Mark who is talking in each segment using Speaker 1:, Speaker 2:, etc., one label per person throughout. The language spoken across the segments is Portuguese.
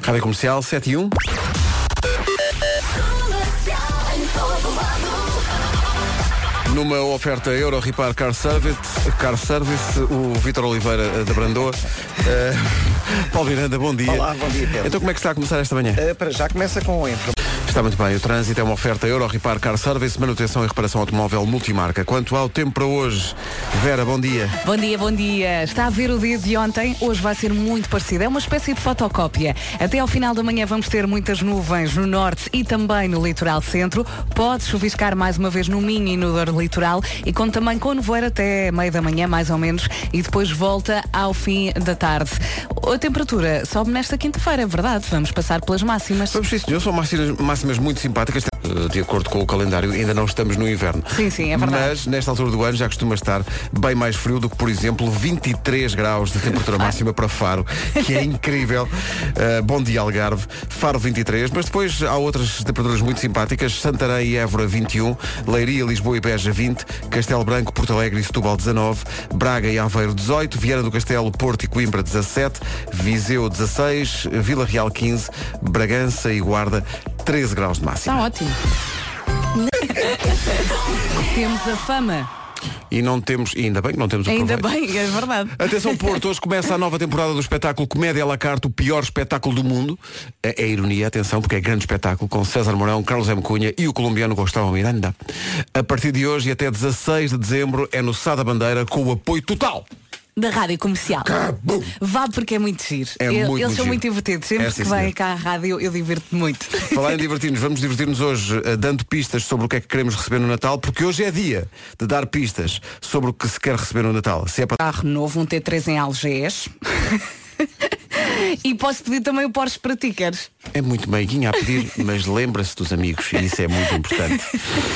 Speaker 1: Rádio Comercial 7 e 1. Numa oferta Euro Repar Car Service, Car Service o Vitor Oliveira eh, da Brandoa. Eh, Paulo Miranda, bom dia.
Speaker 2: Olá, bom dia, Pedro.
Speaker 1: Então como é que está a começar esta manhã?
Speaker 2: Uh, para já começa com o Enfro.
Speaker 1: Está muito bem, o trânsito é uma oferta Euro Repar Car Service, manutenção e reparação automóvel multimarca. Quanto ao tempo para hoje, Vera, bom dia.
Speaker 3: Bom dia, bom dia. Está a ver o dia de ontem? Hoje vai ser muito parecido. É uma espécie de fotocópia. Até ao final da manhã vamos ter muitas nuvens no norte e também no litoral centro. Pode chuviscar mais uma vez no Minho e no Douro Litoral e conto também com nevoeiro até meio da manhã, mais ou menos, e depois volta ao fim da tarde. A temperatura sobe nesta quinta-feira, é verdade. Vamos passar pelas máximas.
Speaker 1: Vamos sim, senhor, são máximas, máximas muito simpáticas. Eh, De acordo com o calendário, ainda não estamos no inverno.
Speaker 3: Sim, sim, é verdade.
Speaker 1: Mas nesta altura do ano já costuma estar bem mais frio do que, por exemplo, 23 graus de temperatura máxima para Faro, que é incrível. Eh, bom dia, Algarve. Faro 23, mas depois há outras temperaturas muito simpáticas. Santarém e Évora 21, Leiria, Lisboa e Beja 20, Castelo Branco, Porto Alegre e Setúbal 19, Braga e Aveiro 18, Viana do Castelo, Porto e Coimbra 17, Viseu 16, Vila Real 15, Bragança e Guarda 13 graus de máxima.
Speaker 3: Está ótimo. Temos a fama.
Speaker 1: E não temos, e ainda bem que não temos o
Speaker 3: Ainda
Speaker 1: proveito.
Speaker 3: bem, é verdade.
Speaker 1: Atenção Porto, hoje começa a nova temporada do espetáculo Comédia à la carte, o pior espetáculo do mundo. É, é ironia, atenção, porque é grande espetáculo com César Mourão, Carlos M. Cunha e o colombiano Gustavo Miranda. A partir de hoje e até 16 de dezembro é no Sá da Bandeira com o apoio total.
Speaker 3: Da rádio comercial.
Speaker 1: Cabum!
Speaker 3: Vá porque é muito giro.
Speaker 1: É
Speaker 3: Eu-
Speaker 1: muito,
Speaker 3: Eles
Speaker 1: muito
Speaker 3: são
Speaker 1: giro.
Speaker 3: muito divertidos. Sempre
Speaker 1: É, sim,
Speaker 3: que vêm
Speaker 1: senhor.
Speaker 3: cá à rádio, eu divirto-me muito.
Speaker 1: Falar em divertir-nos, vamos divertir-nos hoje eh, dando pistas sobre o que é que queremos receber no Natal, porque hoje é dia de dar pistas sobre o que se quer receber no Natal. Se é para
Speaker 3: Carro novo, um T3 em Algés. e posso pedir também o Porsche para ti, queres?
Speaker 1: É muito meiguinha a pedir, mas lembra-se dos amigos e isso é muito importante.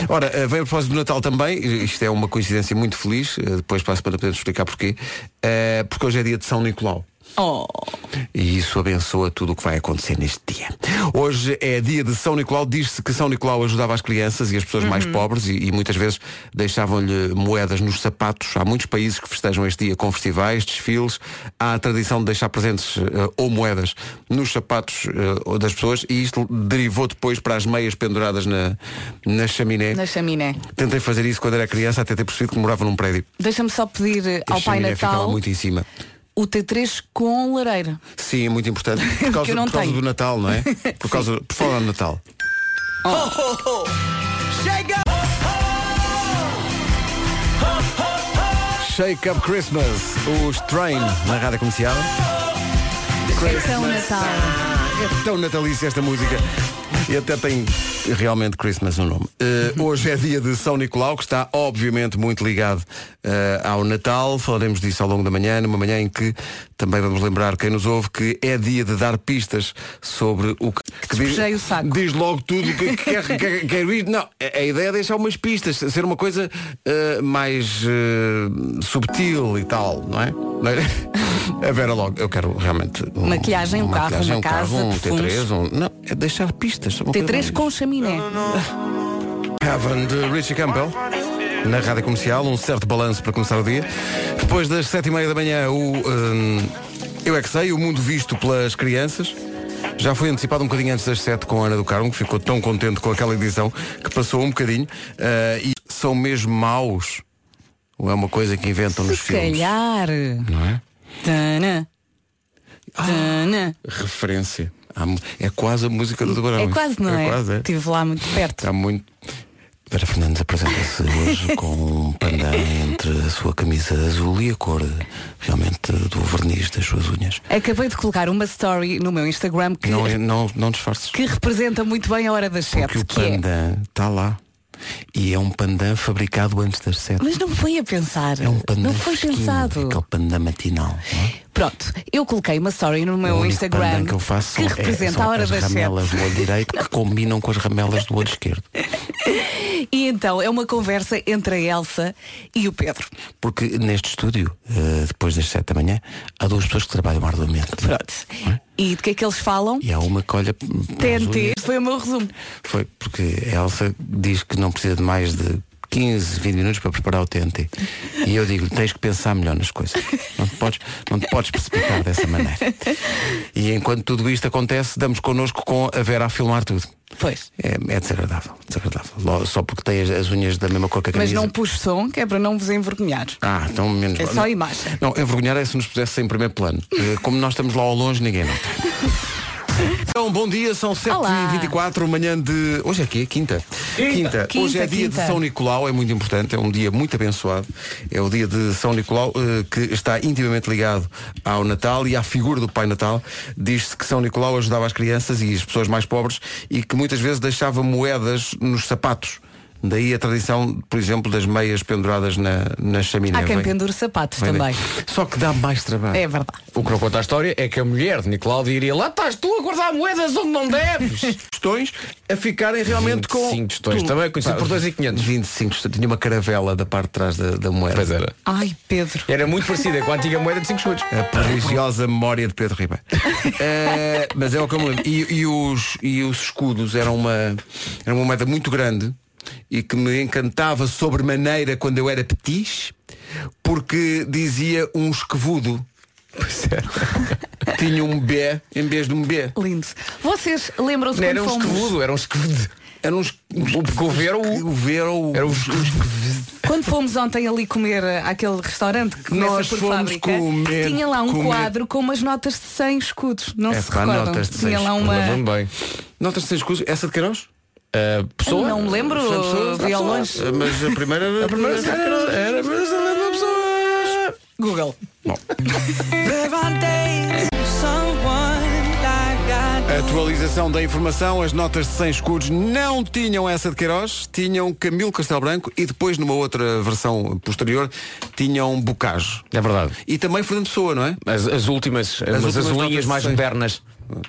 Speaker 1: Ora, eh, vem a propósito do Natal também, isto é uma coincidência muito feliz, eh, depois para a semana podemos explicar porquê, eh, porque hoje é dia de São Nicolau.
Speaker 3: Oh,
Speaker 1: E isso abençoa tudo o que vai acontecer neste dia. Hoje é dia de São Nicolau. Diz-se que São Nicolau ajudava as crianças e as pessoas
Speaker 3: Uhum.
Speaker 1: mais pobres e, e muitas vezes deixavam-lhe moedas nos sapatos. Há muitos países que festejam este dia com festivais, desfiles. Há a tradição de deixar presentes eh, ou moedas nos sapatos eh, ou das pessoas e isto derivou depois para as meias penduradas na, na chaminé.
Speaker 3: na chaminé.
Speaker 1: Tentei fazer isso quando era criança até ter percebido que morava num prédio.
Speaker 3: Deixa-me só pedir eh,
Speaker 1: A
Speaker 3: ao Pai
Speaker 1: chaminé ficava
Speaker 3: Natal
Speaker 1: muito em cima.
Speaker 3: o T3 com lareira.
Speaker 1: Sim, é muito importante. Por
Speaker 3: Que
Speaker 1: causa,
Speaker 3: eu não
Speaker 1: por causa
Speaker 3: tenho.
Speaker 1: do Natal, não é? Por causa por falar do Natal. Shake Up Christmas, os Train na rádio comercial.
Speaker 3: Então, Natal.
Speaker 1: É tão natalícia esta música. E até tem realmente Christmas no nome. Eh, hoje é dia de São Nicolau, que está obviamente muito ligado eh, ao Natal. Falaremos disso ao longo da manhã, numa manhã em que também vamos lembrar quem nos ouve que é dia de dar pistas sobre o que, que
Speaker 3: despejei o saco.
Speaker 1: diz logo tudo o que que quer, que quer, que quer ir. Não, a a ideia é deixar umas pistas, ser uma coisa eh, mais eh, subtil e tal, não é? Não é? A Vera logo, eu quero realmente um-
Speaker 3: Maquilhagem, um
Speaker 1: uma
Speaker 3: carro,
Speaker 1: maquilhagem,
Speaker 3: uma
Speaker 1: um carro,
Speaker 3: casa,
Speaker 1: um
Speaker 3: perfumes.
Speaker 1: T3, um- Não, é deixar pistas. uma coisa mais-
Speaker 3: T3 com chaminé.
Speaker 1: Cavan de Richie Campbell na rádio comercial, um certo balanço para começar o dia. Depois das sete e meia da manhã, o hum, Eu É Que Sei, o mundo visto pelas crianças. Já foi antecipado um bocadinho antes das sete com a Ana do Carmo, que ficou tão contente com aquela edição que passou um bocadinho. ah, e são mesmo maus. Ou é uma coisa que inventam nos
Speaker 3: Se
Speaker 1: filmes?
Speaker 3: calhar.
Speaker 1: Não é? Ah.
Speaker 3: Tana. Tana.
Speaker 1: Referência. À mu- É quase a música do Tubarão.
Speaker 3: É quase, não é?
Speaker 1: quase,
Speaker 3: Estive lá muito perto.
Speaker 1: Há muito. Vera Fernandes apresenta-se hoje com um pandan entre a sua camisa azul e a cor realmente do verniz das suas unhas.
Speaker 3: Acabei de colocar uma story no meu Instagram que,
Speaker 1: Não, é- não, não disfarces.
Speaker 3: que representa muito bem a hora das
Speaker 1: Porque
Speaker 3: sete.
Speaker 1: o
Speaker 3: Que é.
Speaker 1: pandan está lá. E é um pandan fabricado antes das sete.
Speaker 3: Mas não foi a pensar.
Speaker 1: É um pandan
Speaker 3: não foi
Speaker 1: fresquinho, é
Speaker 3: pensado.
Speaker 1: Aquele pandan matinal. não é?
Speaker 3: Pronto, eu coloquei uma story no
Speaker 1: O
Speaker 3: meu
Speaker 1: único
Speaker 3: um Instagram
Speaker 1: pandan que eu faço é-
Speaker 3: representa
Speaker 1: são
Speaker 3: a hora
Speaker 1: as
Speaker 3: das
Speaker 1: ramelas
Speaker 3: sete.
Speaker 1: do olho direito que combinam com as ramelas do olho esquerdo.
Speaker 3: E então é uma conversa entre a Elsa e o Pedro.
Speaker 1: Porque neste estúdio, eh, depois das sete da manhã, há duas pessoas que trabalham arduamente.
Speaker 3: Pronto. E de que é que eles falam?
Speaker 1: E há uma que olha para as
Speaker 3: TNT.
Speaker 1: unhas.
Speaker 3: Este foi o meu resumo.
Speaker 1: Foi porque a Elsa diz que não precisa de mais de 15, 20 minutos para preparar o TNT. E eu digo-lhe, tens que pensar melhor nas coisas. Não te podes, não te podes precipitar dessa maneira. E enquanto tudo isto acontece, damos connosco com a Vera a filmar tudo.
Speaker 3: Pois.
Speaker 1: É, é desagradável, desagradável. Lo- Só porque tem as, as unhas da mesma cor que a
Speaker 3: Mas
Speaker 1: camisa.
Speaker 3: não pus som, que é para não vos envergonhar.
Speaker 1: Ah, então menos
Speaker 3: É
Speaker 1: mal.
Speaker 3: só imagem.
Speaker 1: Não, envergonhar é se nos pusesse em primeiro plano. Eh, Como nós estamos lá ao longe, ninguém nota. Então, bom dia, são
Speaker 3: Olá.
Speaker 1: 7h24, manhã de. Hoje é quê? Quinta. Quinta. Hoje
Speaker 3: Quinta,
Speaker 1: é dia
Speaker 3: quinta.
Speaker 1: de São Nicolau, é muito importante, é um dia muito abençoado. É o dia de São Nicolau, eh, que está intimamente ligado ao Natal e à figura do Pai Natal. Diz-se que São Nicolau ajudava as crianças e as pessoas mais pobres e que muitas vezes deixava moedas nos sapatos. Daí a tradição, por exemplo, das meias penduradas na, na chaminé.
Speaker 3: Há quem
Speaker 1: Vem-
Speaker 3: pendure sapatos
Speaker 1: vem
Speaker 3: também.
Speaker 1: daí. Só que dá mais trabalho.
Speaker 3: É verdade.
Speaker 4: O que não conta a história é que a mulher de Nicolau diria Lá estás tu a guardar moedas onde não deves
Speaker 1: Questões a ficarem realmente com.
Speaker 4: 25 tostões. Também é conhecido por dois e quinhentos.
Speaker 1: 25 tostões. Tinha uma caravela da parte de trás da, da moeda.
Speaker 4: Pois era
Speaker 3: Ai, Pedro.
Speaker 4: Era muito parecida com a antiga moeda de 5 escudos
Speaker 1: A prodigiosa memória de Pedro Ribeiro. Eh, mas é o que eu me lembro. E, e os, e os escudos eram uma, era uma moeda muito grande e que me encantava sobremaneira quando eu era petis, porque dizia um esquevudo.
Speaker 4: é.
Speaker 1: Tinha um B em vez de um B.
Speaker 3: Lindo. Vocês lembram-se
Speaker 4: Não
Speaker 3: quando
Speaker 4: era um
Speaker 3: fomos,
Speaker 4: escudo, era um escudo
Speaker 1: Era um es-
Speaker 4: O coveiro
Speaker 1: o ver ou
Speaker 4: era um escudo
Speaker 3: quando fomos ontem ali comer eh, àquele restaurante que começa
Speaker 1: Nós
Speaker 3: por
Speaker 1: fomos
Speaker 3: fábrica?
Speaker 1: comer-
Speaker 3: tinha lá um
Speaker 1: comer-
Speaker 3: quadro com umas notas de 100 escudos. Não
Speaker 1: É
Speaker 3: se
Speaker 1: pá,
Speaker 3: recordam?
Speaker 1: notas de 100
Speaker 3: tinha lá uma.
Speaker 4: Lembro-me bem
Speaker 1: Notas de seis escudos. Essa de Queiroz?
Speaker 4: Ah, Pessoa
Speaker 3: Não me Um lembro, uh,
Speaker 1: São pessoas-
Speaker 3: vi ao longe.
Speaker 1: Ah, Mas a primeira era. A
Speaker 4: primeira era- era-
Speaker 3: Google.
Speaker 1: Atualização da informação, as notas de 100 escudos não tinham essa de Queiroz, tinham Camilo Castelo Branco e depois, numa outra versão posterior, tinham Bocage.
Speaker 4: É verdade
Speaker 1: E também Fernando Pessoa, não é?
Speaker 4: As, as últimas, as,
Speaker 1: últimas notas
Speaker 4: azulinhas
Speaker 1: de
Speaker 4: mais
Speaker 1: seis.
Speaker 4: modernas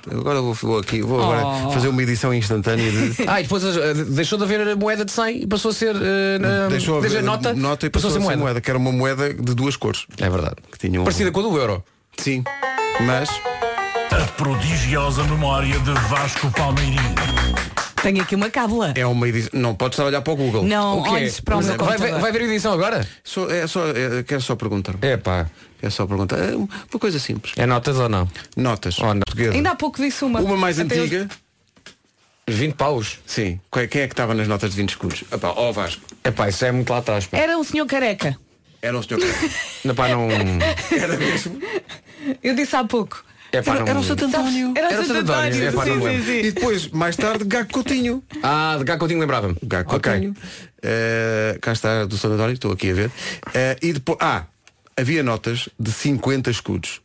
Speaker 1: Agora vou, vou aqui, vou agora
Speaker 3: Oh.
Speaker 1: fazer uma edição instantânea de.
Speaker 4: Ah, e depois ah, deixou de haver a moeda de 100 E passou a ser ah, na-
Speaker 1: Deixou
Speaker 4: desde
Speaker 1: haver
Speaker 4: a nota,
Speaker 1: e passou, a ser moeda. que era uma moeda de duas cores.
Speaker 4: É verdade
Speaker 1: Que tinha um-
Speaker 4: Parecida com a do euro
Speaker 1: Sim. Mas.
Speaker 5: A prodigiosa memória de Vasco Palmeirinho.
Speaker 1: Eh,
Speaker 3: Tenho aqui uma cábula.
Speaker 1: É uma edição. Não podes estar a olhar para o Google.
Speaker 3: Não
Speaker 4: O quê?
Speaker 3: olhes para o meu
Speaker 4: É. vai,
Speaker 3: computador.
Speaker 4: vai, vai ver a edição agora?
Speaker 1: Só, é só, é, quero só perguntar.
Speaker 4: É pá
Speaker 1: Quero só perguntar. É uma coisa simples.
Speaker 4: É notas ou não?
Speaker 1: Notas.
Speaker 4: Oh, não.
Speaker 1: Portuguesa.
Speaker 3: Ainda há pouco disse uma.
Speaker 1: Uma mais
Speaker 3: Até
Speaker 1: antiga.
Speaker 4: 20 paus.
Speaker 1: Sim. Quem é quem é que estava nas notas de 20 escudos? Epá, ó Vasco.
Speaker 4: Epá, isso é muito lá atrás. Pá.
Speaker 3: Era um senhor careca.
Speaker 1: Era o senhor.
Speaker 3: É.
Speaker 4: Epá, não...
Speaker 1: Era mesmo.
Speaker 3: Eu disse há pouco.
Speaker 4: Epá, É não...
Speaker 3: António. Era
Speaker 4: Era
Speaker 3: o
Speaker 4: o
Speaker 3: Santo
Speaker 4: Santo
Speaker 3: António.
Speaker 4: António, é pá, não
Speaker 3: Sim,
Speaker 4: lembro.
Speaker 3: sim,
Speaker 1: E
Speaker 3: sim.
Speaker 1: depois, mais tarde, Gago Coutinho.
Speaker 4: Ah, de cá Coutinho lembrava-me.
Speaker 1: Gago
Speaker 4: Ok.
Speaker 1: Coutinho. Eh, cá está do Santo António, estou aqui a ver. Eh, e depois. Ah, havia notas de 50 escudos.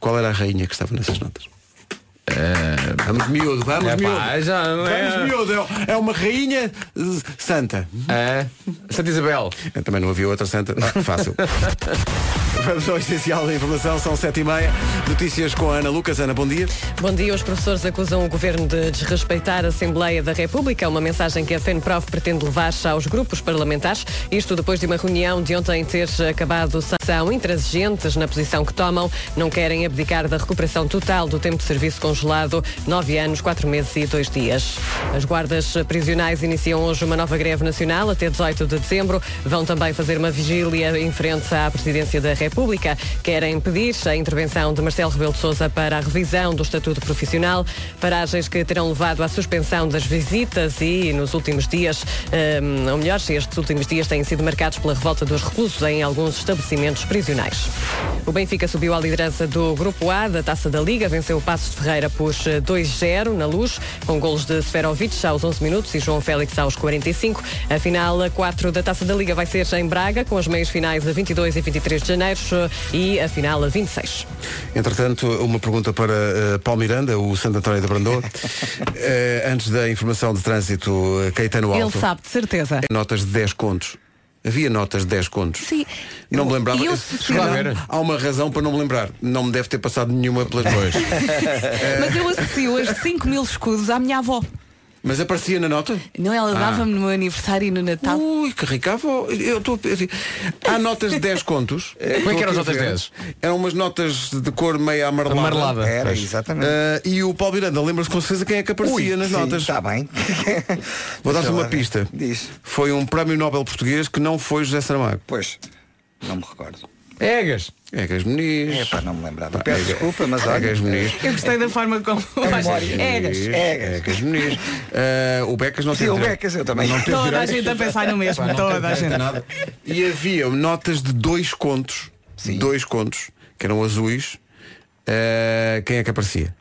Speaker 1: Qual era a rainha que estava nessas notas? Vamos miúdo, vamos
Speaker 4: Eh, Epá,
Speaker 1: miúdo.
Speaker 4: É já...
Speaker 1: Vamos
Speaker 4: É...
Speaker 1: miúdo, é- é uma rainha eh, santa.
Speaker 4: É. Santa Isabel.
Speaker 1: Eu também não havia outra santa. Ah, fácil. Vamos ao essencial da informação, são 7h30. Notícias com a Ana Lucas. Ana, bom dia.
Speaker 6: Bom dia. Os professores acusam o governo de desrespeitar a Assembleia da República. É Uma mensagem que a FENPROF pretende levar aos grupos parlamentares. Isto depois de uma reunião de ontem ter acabado. São intransigentes na posição que tomam. Não querem abdicar da recuperação total do tempo de serviço congelado. Nove anos, quatro meses e dois dias. As guardas prisionais iniciam hoje uma nova greve nacional até 18 de dezembro. Vão também fazer uma vigília em frente à Presidência da República. Querem pedir a intervenção de Marcelo Rebelo de Sousa para a revisão do estatuto profissional, paragens que terão levado à suspensão das visitas e nos últimos dias, hum, ou melhor, estes últimos dias têm sido marcados pela revolta dos reclusos em alguns estabelecimentos prisionais. O Benfica subiu à liderança do Grupo A da Taça da Liga, venceu o Passos de Ferreira por eh, 2-0 na luz, com golos de Seferovic aos 11 minutos e João Félix aos 45. A final a 4 da Taça da Liga vai ser em Braga, com as meias finais a 22 e 23 de janeiro eh, e a final a 26.
Speaker 1: Entretanto, uma pergunta para eh, Paulo Miranda, o Santo António da Brandoa. Eh, antes da informação de trânsito, eh, Caetano Alto.
Speaker 3: Ele sabe, de certeza.
Speaker 1: Notas de 10 contos. Havia notas de 10 contos.
Speaker 3: Sim.
Speaker 1: Não me lembrava. Eh,
Speaker 3: E eu,
Speaker 1: Se
Speaker 3: se-
Speaker 1: calhar
Speaker 4: ver.
Speaker 1: Há uma razão para não me lembrar. Não me deve ter passado nenhuma pelas mãos.
Speaker 3: Mas eu associo as 5 mil escudos à minha avó.
Speaker 1: Mas aparecia na nota?
Speaker 3: Não,
Speaker 1: Ah.
Speaker 3: ela dava-me no meu aniversário e no
Speaker 2: Tá.
Speaker 3: Natal.
Speaker 1: Ui, que ricavo. Eu estou a pensar- Há notas de 10 contos.
Speaker 4: Como é que eram as
Speaker 1: Estou aqui a
Speaker 4: notas
Speaker 1: ver.
Speaker 4: 10?
Speaker 1: Eram umas notas de cor meio amarelada. É,
Speaker 4: Amarelada.
Speaker 2: Era,
Speaker 4: Pois.
Speaker 2: exatamente.
Speaker 1: Ah, e o Paulo Miranda, lembras com certeza quem é que aparecia nas notas?
Speaker 2: Está tá bem.
Speaker 1: Vou dar-te
Speaker 2: Deixa
Speaker 1: uma
Speaker 2: lá ver.
Speaker 1: pista.
Speaker 2: Diz.
Speaker 1: Foi um prémio Nobel português que não foi José Saramago.
Speaker 2: Pois, não me recordo.
Speaker 4: Egas.
Speaker 1: É que as meninas.
Speaker 2: É pá, não me lembrava. Peço desculpa, mas olha.
Speaker 1: Egas Muniz.
Speaker 3: Eu gostei da forma como
Speaker 1: Uh,
Speaker 3: Egas.
Speaker 2: Egas.
Speaker 1: Egas Muniz. Ah, o Becas não
Speaker 2: Sim,
Speaker 1: teve
Speaker 2: o
Speaker 1: direito.
Speaker 2: Becas eu também.
Speaker 1: Não teve
Speaker 3: Toda a
Speaker 1: direito.
Speaker 3: gente a pensar no mesmo, toda a gente.
Speaker 1: Nada. E havia notas de dois contos. Dois contos, que eram azuis. Ah, quem é que aparecia?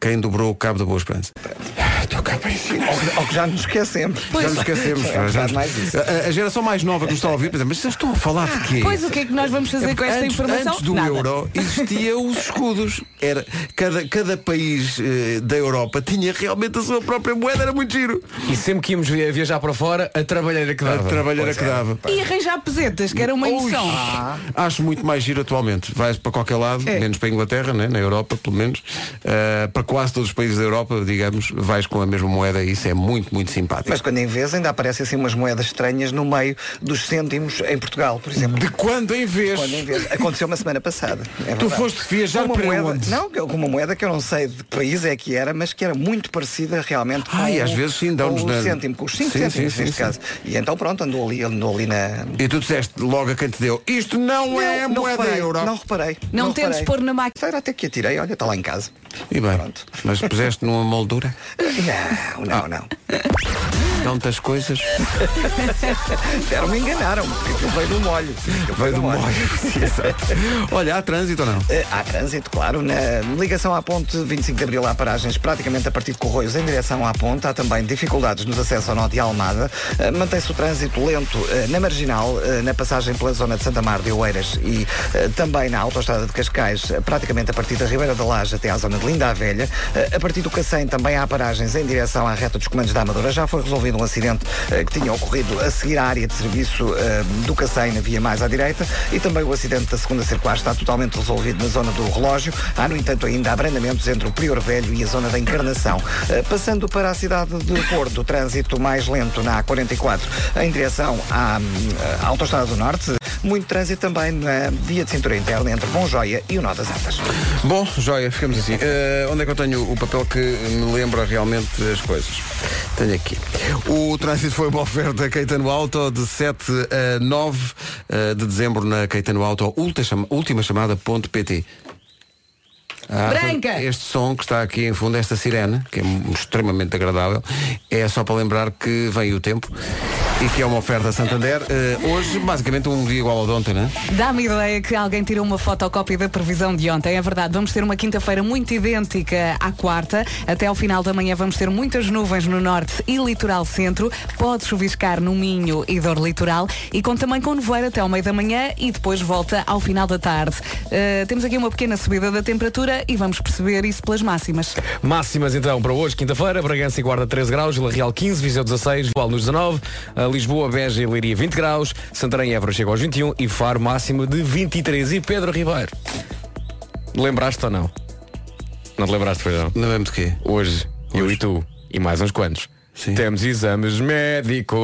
Speaker 1: Quem dobrou o cabo da Boa Esperança?
Speaker 2: Ah,
Speaker 1: Estou cá para ensinar.
Speaker 2: Ao que já nos esquecemos.
Speaker 1: Já nos esquecemos.
Speaker 2: É um
Speaker 1: já
Speaker 2: bocado
Speaker 1: nos-
Speaker 2: mais isso.
Speaker 1: a, a geração mais nova que nos está a ouvir, pensa, mas vocês estão a falar de quê?
Speaker 3: Pois o que é que nós vamos fazer com esta
Speaker 1: antes,
Speaker 3: informação?
Speaker 1: antes do
Speaker 3: Nada.
Speaker 1: euro existia os escudos. Era, cada, cada país eh, da Europa tinha realmente a sua própria moeda, era muito giro.
Speaker 4: E sempre que íamos via- viajar para fora, a trabalheira que
Speaker 1: A
Speaker 4: dava.
Speaker 1: trabalhar a que dava.
Speaker 3: E arranjar pesetas, que era uma emoção.
Speaker 1: Ah. Acho muito mais giro atualmente. Vais para qualquer lado,
Speaker 3: É.
Speaker 1: menos para a Inglaterra, né? na Europa pelo menos. Eh, para quase todos os países da Europa, digamos, vais com a mesma moeda e isso é muito, muito simpático.
Speaker 2: Mas quando em vez ainda aparecem assim umas moedas estranhas no meio dos cêntimos em Portugal, por exemplo.
Speaker 1: de quando em vez.
Speaker 2: Quando em vez. Aconteceu uma semana passada. é verdade.
Speaker 1: foste viajar
Speaker 2: Com uma
Speaker 1: para
Speaker 2: moeda,
Speaker 1: onde?
Speaker 2: Não, com uma moeda que eu não sei de que país é que era, mas que era muito parecida realmente com
Speaker 1: Ah, e às
Speaker 2: o-
Speaker 1: vezes sim,
Speaker 2: com
Speaker 1: dão-nos
Speaker 2: o
Speaker 1: na-
Speaker 2: cêntimo, com os 5
Speaker 1: Sim, sim,
Speaker 2: cêntimos
Speaker 1: sim,
Speaker 2: neste
Speaker 1: sim.
Speaker 2: caso. E então pronto, andou ali, andou ali na.
Speaker 1: E tu disseste logo a quem te deu, isto não, é
Speaker 2: não
Speaker 1: moeda
Speaker 2: reparei,
Speaker 1: euro.
Speaker 2: Não reparei.
Speaker 3: Não tentes
Speaker 2: reparei.
Speaker 3: pôr na máquina.
Speaker 2: Será até que atirei, olha, está lá em casa.
Speaker 1: E bem,
Speaker 2: Pronto.
Speaker 1: mas puseste numa moldura
Speaker 2: Não, não, não.
Speaker 1: tantas coisas. Ah.
Speaker 2: Era, me enganaram. Aquilo veio do molho. Aquilo
Speaker 1: Veio do
Speaker 2: do molho.
Speaker 1: molho. Sim, exato. Olha, há trânsito ou não?
Speaker 2: Eh, Há trânsito, claro. Na ligação à ponte 25 de Abril há paragens praticamente a partir de Corroios em direção à ponte. Há também dificuldades nos acessos ao norte e à Almada. Eh, Mantém-se o trânsito lento eh, na Marginal, eh, na passagem pela zona de Santa Mar de Oeiras e eh, também na autoestrada de Cascais, eh, praticamente a partir da Ribeira da Laje até à zona de Linda a Velha. Eh, A partir do Cacém também há paragens em direção à reta dos comandos da Amadora. Já foi resolvido um acidente eh, que tinha ocorrido a seguir à área de serviço eh, do Cacém, na via mais à direita, e também o acidente da segunda circular está totalmente resolvido na zona do relógio. Há, no entanto, ainda abrandamentos entre o Prior Velho e a zona da Encarnação. Eh, Passando para a cidade de Porto, o trânsito mais lento na A44 em direção à, hum, à Autostrada do Norte. Muito trânsito também na via de cintura interna entre Bom Joia e o Nó das Antas.
Speaker 1: Bom, joia, ficamos assim. Eh, onde é que eu tenho o papel que me lembra realmente as coisas? Tenho aqui. O trânsito foi uma oferta Caetano Auto de 7 a 9 eh, de dezembro na Caetano Auto, ulta chama- última chamada.pt. Ah,
Speaker 3: Branca!
Speaker 1: Este som que está aqui em fundo, esta sirene, que é extremamente agradável, é só para lembrar que vem o tempo e que é uma oferta Santander. Eh, hoje, basicamente, um dia igual ao de ontem, não é?
Speaker 3: Dá-me ideia que alguém tirou uma fotocópia da previsão de ontem. É verdade, vamos ter uma quinta-feira muito idêntica à quarta. Até ao final da manhã vamos ter muitas nuvens no norte e litoral centro. Pode chuviscar no Minho e dor litoral. E conta também com nevoeiro até ao meio da manhã e depois volta ao final da tarde. Eh, temos aqui uma pequena subida da temperatura e vamos perceber isso pelas máximas.
Speaker 4: Máximas então para hoje, quinta-feira, Bragança e Guarda 13 graus, Vila Real 15, Viseu 16, Val nos 19, a eh, Lisboa, Beja e Leiria 20 graus, Santarém e Évora chega aos 21 e Faro máximo de 23. E Pedro Ribeiro, lembraste ou não? Não te lembraste, foi não?
Speaker 1: Não é de quê?
Speaker 4: Hoje, eu e tu, e mais uns quantos,
Speaker 1: Sim.
Speaker 4: temos exames médicos.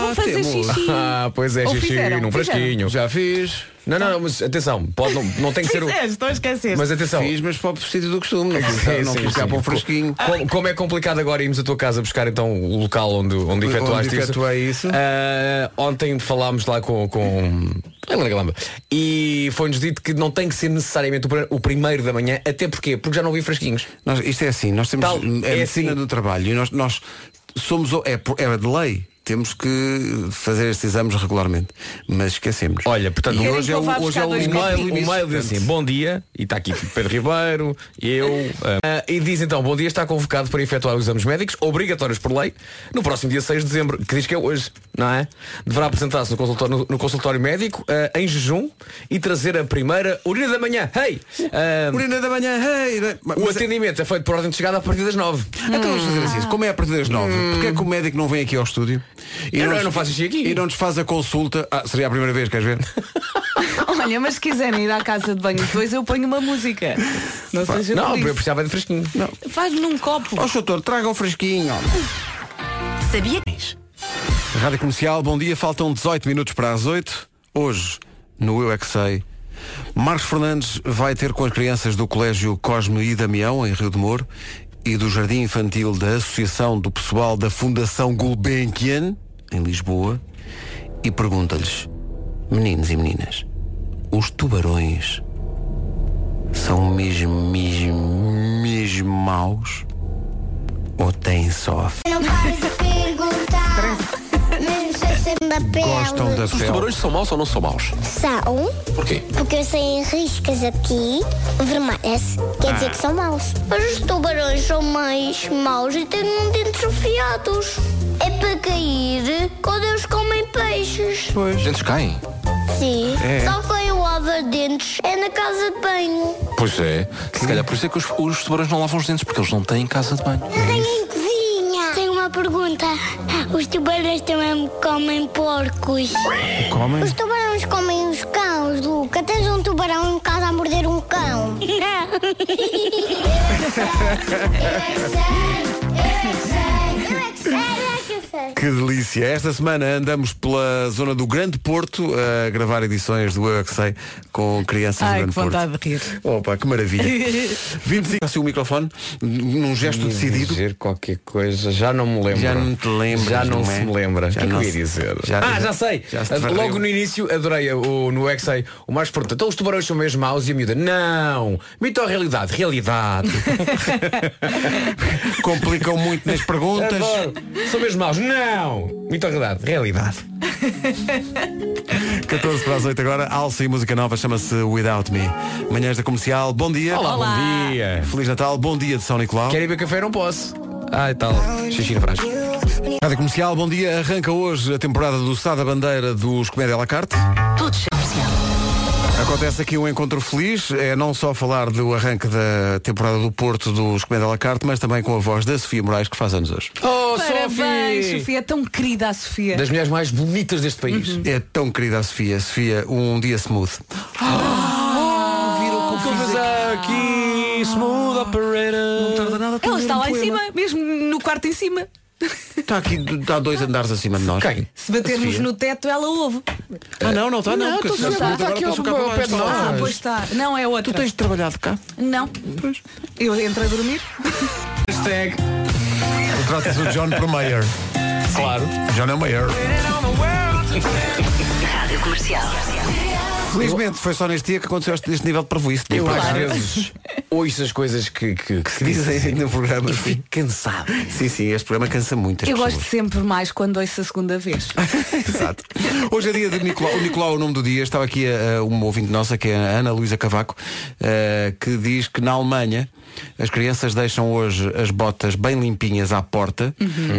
Speaker 3: Vou fazer
Speaker 1: temos.
Speaker 3: xixi.
Speaker 4: Ah, pois é,
Speaker 3: Ou
Speaker 4: xixi,
Speaker 3: fizeram,
Speaker 4: num frasquinho.
Speaker 1: Já fiz.
Speaker 4: Não, não, não, mas atenção, pode, não, não tem que ser o.
Speaker 3: é, Estou a esquecer.
Speaker 4: Mas atenção,
Speaker 1: Fiz, mas para o sítio do costume. Não fiz,
Speaker 4: Sim,
Speaker 1: não
Speaker 4: sim,
Speaker 1: fiz cá
Speaker 4: sim.
Speaker 1: para um fresquinho.
Speaker 4: Como, como é complicado agora irmos à tua casa buscar então o local onde, onde efetuaste
Speaker 1: efetuei
Speaker 4: isso?
Speaker 1: isso.
Speaker 4: Ah, ontem falámos lá com. com... Helena Galamba. E foi-nos dito que não tem que ser necessariamente o pr- o primeiro da manhã, até porquê? Porque já não vi fresquinhos.
Speaker 1: Nós, isto é assim, nós temos
Speaker 4: Tal,
Speaker 1: é
Speaker 4: é
Speaker 1: medicina
Speaker 4: assim.
Speaker 1: do trabalho e nós, nós somos, é, por- é de lei, temos que fazer estes exames regularmente, mas esquecemos.
Speaker 4: Olha, portanto,
Speaker 1: e
Speaker 3: Querem
Speaker 1: hoje
Speaker 3: que
Speaker 1: é
Speaker 3: eu vá
Speaker 1: o, hoje
Speaker 3: buscar
Speaker 1: é o
Speaker 3: dois
Speaker 4: O mail,
Speaker 1: limite,
Speaker 4: o mail diz
Speaker 1: portanto,
Speaker 4: assim, bom dia, e está aqui Pedro Ribeiro, eu. ah, e diz então, bom dia, está convocado para efetuar os exames médicos, obrigatórios por lei, no próximo dia 6 de dezembro, que diz que é hoje, não é? Deverá apresentar-se no consultório, no, no consultório médico, ah, em jejum, e trazer a primeira urina da manhã. Hey! Ah,
Speaker 1: Urina da manhã, hey, da- mas,
Speaker 4: o atendimento é feito por ordem de chegada a partir das 9.
Speaker 1: então vamos fazer assim, como é a partir das nove, porque é que o médico não vem aqui ao estúdio e
Speaker 4: Hum. Eu não-
Speaker 1: nos-
Speaker 4: eu não faço xixi aqui.
Speaker 1: E não nos faz a consulta. Ah, seria a primeira vez, queres ver?
Speaker 3: Olha, mas se quiserem ir à casa de banho depois, eu ponho uma música. Não seja
Speaker 4: Não,
Speaker 3: é por
Speaker 4: eu
Speaker 3: isso.
Speaker 4: precisava de fresquinho.
Speaker 3: Faz num copo.
Speaker 1: Ó, doutor, traga o fresquinho.
Speaker 7: Sabia?
Speaker 1: Rádio Comercial, bom dia. Faltam 18 minutos para as 8. Hoje, no Eu É Que Sei, Marcos Fernandes vai ter com as crianças do Colégio Cosme e Damião, em Rio de Moro, e do Jardim Infantil da Associação do Pessoal da Fundação Gulbenkian, em Lisboa, e pergunta-lhes, meninos e meninas, os tubarões são mesmo, mesmo, mesmo maus? Ou têm só a
Speaker 8: Não pares de perguntar, mesmo sem ser da pele.
Speaker 1: Gostam da
Speaker 9: Os
Speaker 1: pele?
Speaker 9: tubarões são maus ou não são maus?
Speaker 8: São,
Speaker 9: Porquê?
Speaker 8: porque saem riscas aqui, vermelhas, quer dizer que são maus. Mas os tubarões são mais maus e têm um dentes afiados. É para cair quando eles comem peixes.
Speaker 9: Os dentes caem.
Speaker 8: Sim, só quem lava dentes é na casa de banho.
Speaker 9: Pois é. Se calhar por isso é que os, os tubarões não lavam os dentes, porque eles não têm casa de banho.
Speaker 8: Tem cozinha. Tenho uma pergunta. Os tubarões também comem porcos.
Speaker 1: Comem?
Speaker 8: Os tubarões comem os cães, Luca. Tens um tubarão em casa a morder um cão.
Speaker 1: Que delícia! Esta semana andamos pela zona do Grande Porto a gravar edições do Eu É Que Sei com crianças
Speaker 3: Ai,
Speaker 1: do
Speaker 3: que
Speaker 1: Grande Porto.
Speaker 3: vontade de rir.
Speaker 1: Opa, que maravilha! 25 assim o microfone, num gesto decidido.
Speaker 4: Hum, dizer qualquer coisa, já não me lembro.
Speaker 1: Já não te lembras,
Speaker 4: Já não,
Speaker 1: não é?
Speaker 4: se me lembra.
Speaker 1: Já
Speaker 4: o que é que
Speaker 1: não
Speaker 4: eu ia
Speaker 1: se-
Speaker 4: dizer?
Speaker 1: já-
Speaker 4: ah,
Speaker 1: já-
Speaker 4: já sei.
Speaker 1: já se
Speaker 4: Ah,
Speaker 1: varreu.
Speaker 4: Logo no início adorei o, no XA o mais pergunta, então os tubarões são mesmo maus e a miúda. Não! Mito ou realidade? Realidade.
Speaker 1: Complicam muito nas perguntas.
Speaker 4: Adoro. São mesmo maus. Não! Mito ou realidade? Realidade.
Speaker 1: 14 para as 8 agora, alça e música nova chama-se Without Me. Manhãs da comercial, bom dia.
Speaker 4: Olá, bom dia.
Speaker 1: Feliz Natal, bom dia de São Nicolau.
Speaker 4: Querem beber café? Não posso. Ai tal. Xixi na frasca.
Speaker 1: Rádio Comercial, bom dia. Arranca hoje a temporada do Sá da Bandeira dos Comédia à la Carte.
Speaker 7: Tudo especial.
Speaker 1: Acontece aqui um encontro feliz, é não só falar do arranque da temporada do Porto dos Comédia à la Carte, mas também com a voz da Sofia Moraes, que faz anos hoje.
Speaker 4: Oh,
Speaker 3: Parabéns,
Speaker 4: Sophie!
Speaker 3: Sofia. é Tão querida a Sofia.
Speaker 4: Das mulheres mais bonitas deste país.
Speaker 1: É tão querida a Sofia. Sofia, um dia smooth.
Speaker 4: Vamos aqui, smooth operator.
Speaker 3: Ela está lá em cima, mesmo no quarto em cima.
Speaker 1: Está aqui, está dois andares acima de nós.
Speaker 4: Quem?
Speaker 3: Se batermos no teto, ela ouve.
Speaker 1: Ah, não, não está, não.
Speaker 4: Não,
Speaker 1: porque
Speaker 4: tô
Speaker 1: senão
Speaker 4: sentado,
Speaker 1: smooth
Speaker 4: tá aqui
Speaker 1: agora
Speaker 4: ao
Speaker 1: toca
Speaker 4: meu
Speaker 1: para
Speaker 4: pé de
Speaker 1: baixo.
Speaker 4: nós.
Speaker 3: Ah,
Speaker 4: Ah,
Speaker 3: pois está. Não, é outra.
Speaker 1: Tens trabalhado cá?
Speaker 3: Não. Eu entro a dormir.
Speaker 4: Hashtag.
Speaker 1: é
Speaker 10: Trata-se do John Mayer.
Speaker 4: Claro.
Speaker 10: John é Mayer.
Speaker 7: Rádio comercial.
Speaker 1: Felizmente, foi só neste dia que aconteceu este, este nível de prejuízo.
Speaker 4: Eu às vezes ouço as coisas que, que, que se dizem
Speaker 1: Dizem no programa.
Speaker 4: e
Speaker 1: Sim.
Speaker 4: fico cansado.
Speaker 1: sim, sim, este programa cansa muito. as
Speaker 3: Eu
Speaker 1: pessoas.
Speaker 3: gosto sempre mais quando ouço a segunda vez.
Speaker 1: Exato. Hoje é dia de Nicolau. O Nicolau é o nome do dia. Estava aqui eh, uma ouvinte nossa, que é a Ana Luísa Cavaco, eh, que diz que na Alemanha as crianças deixam hoje as botas bem limpinhas à porta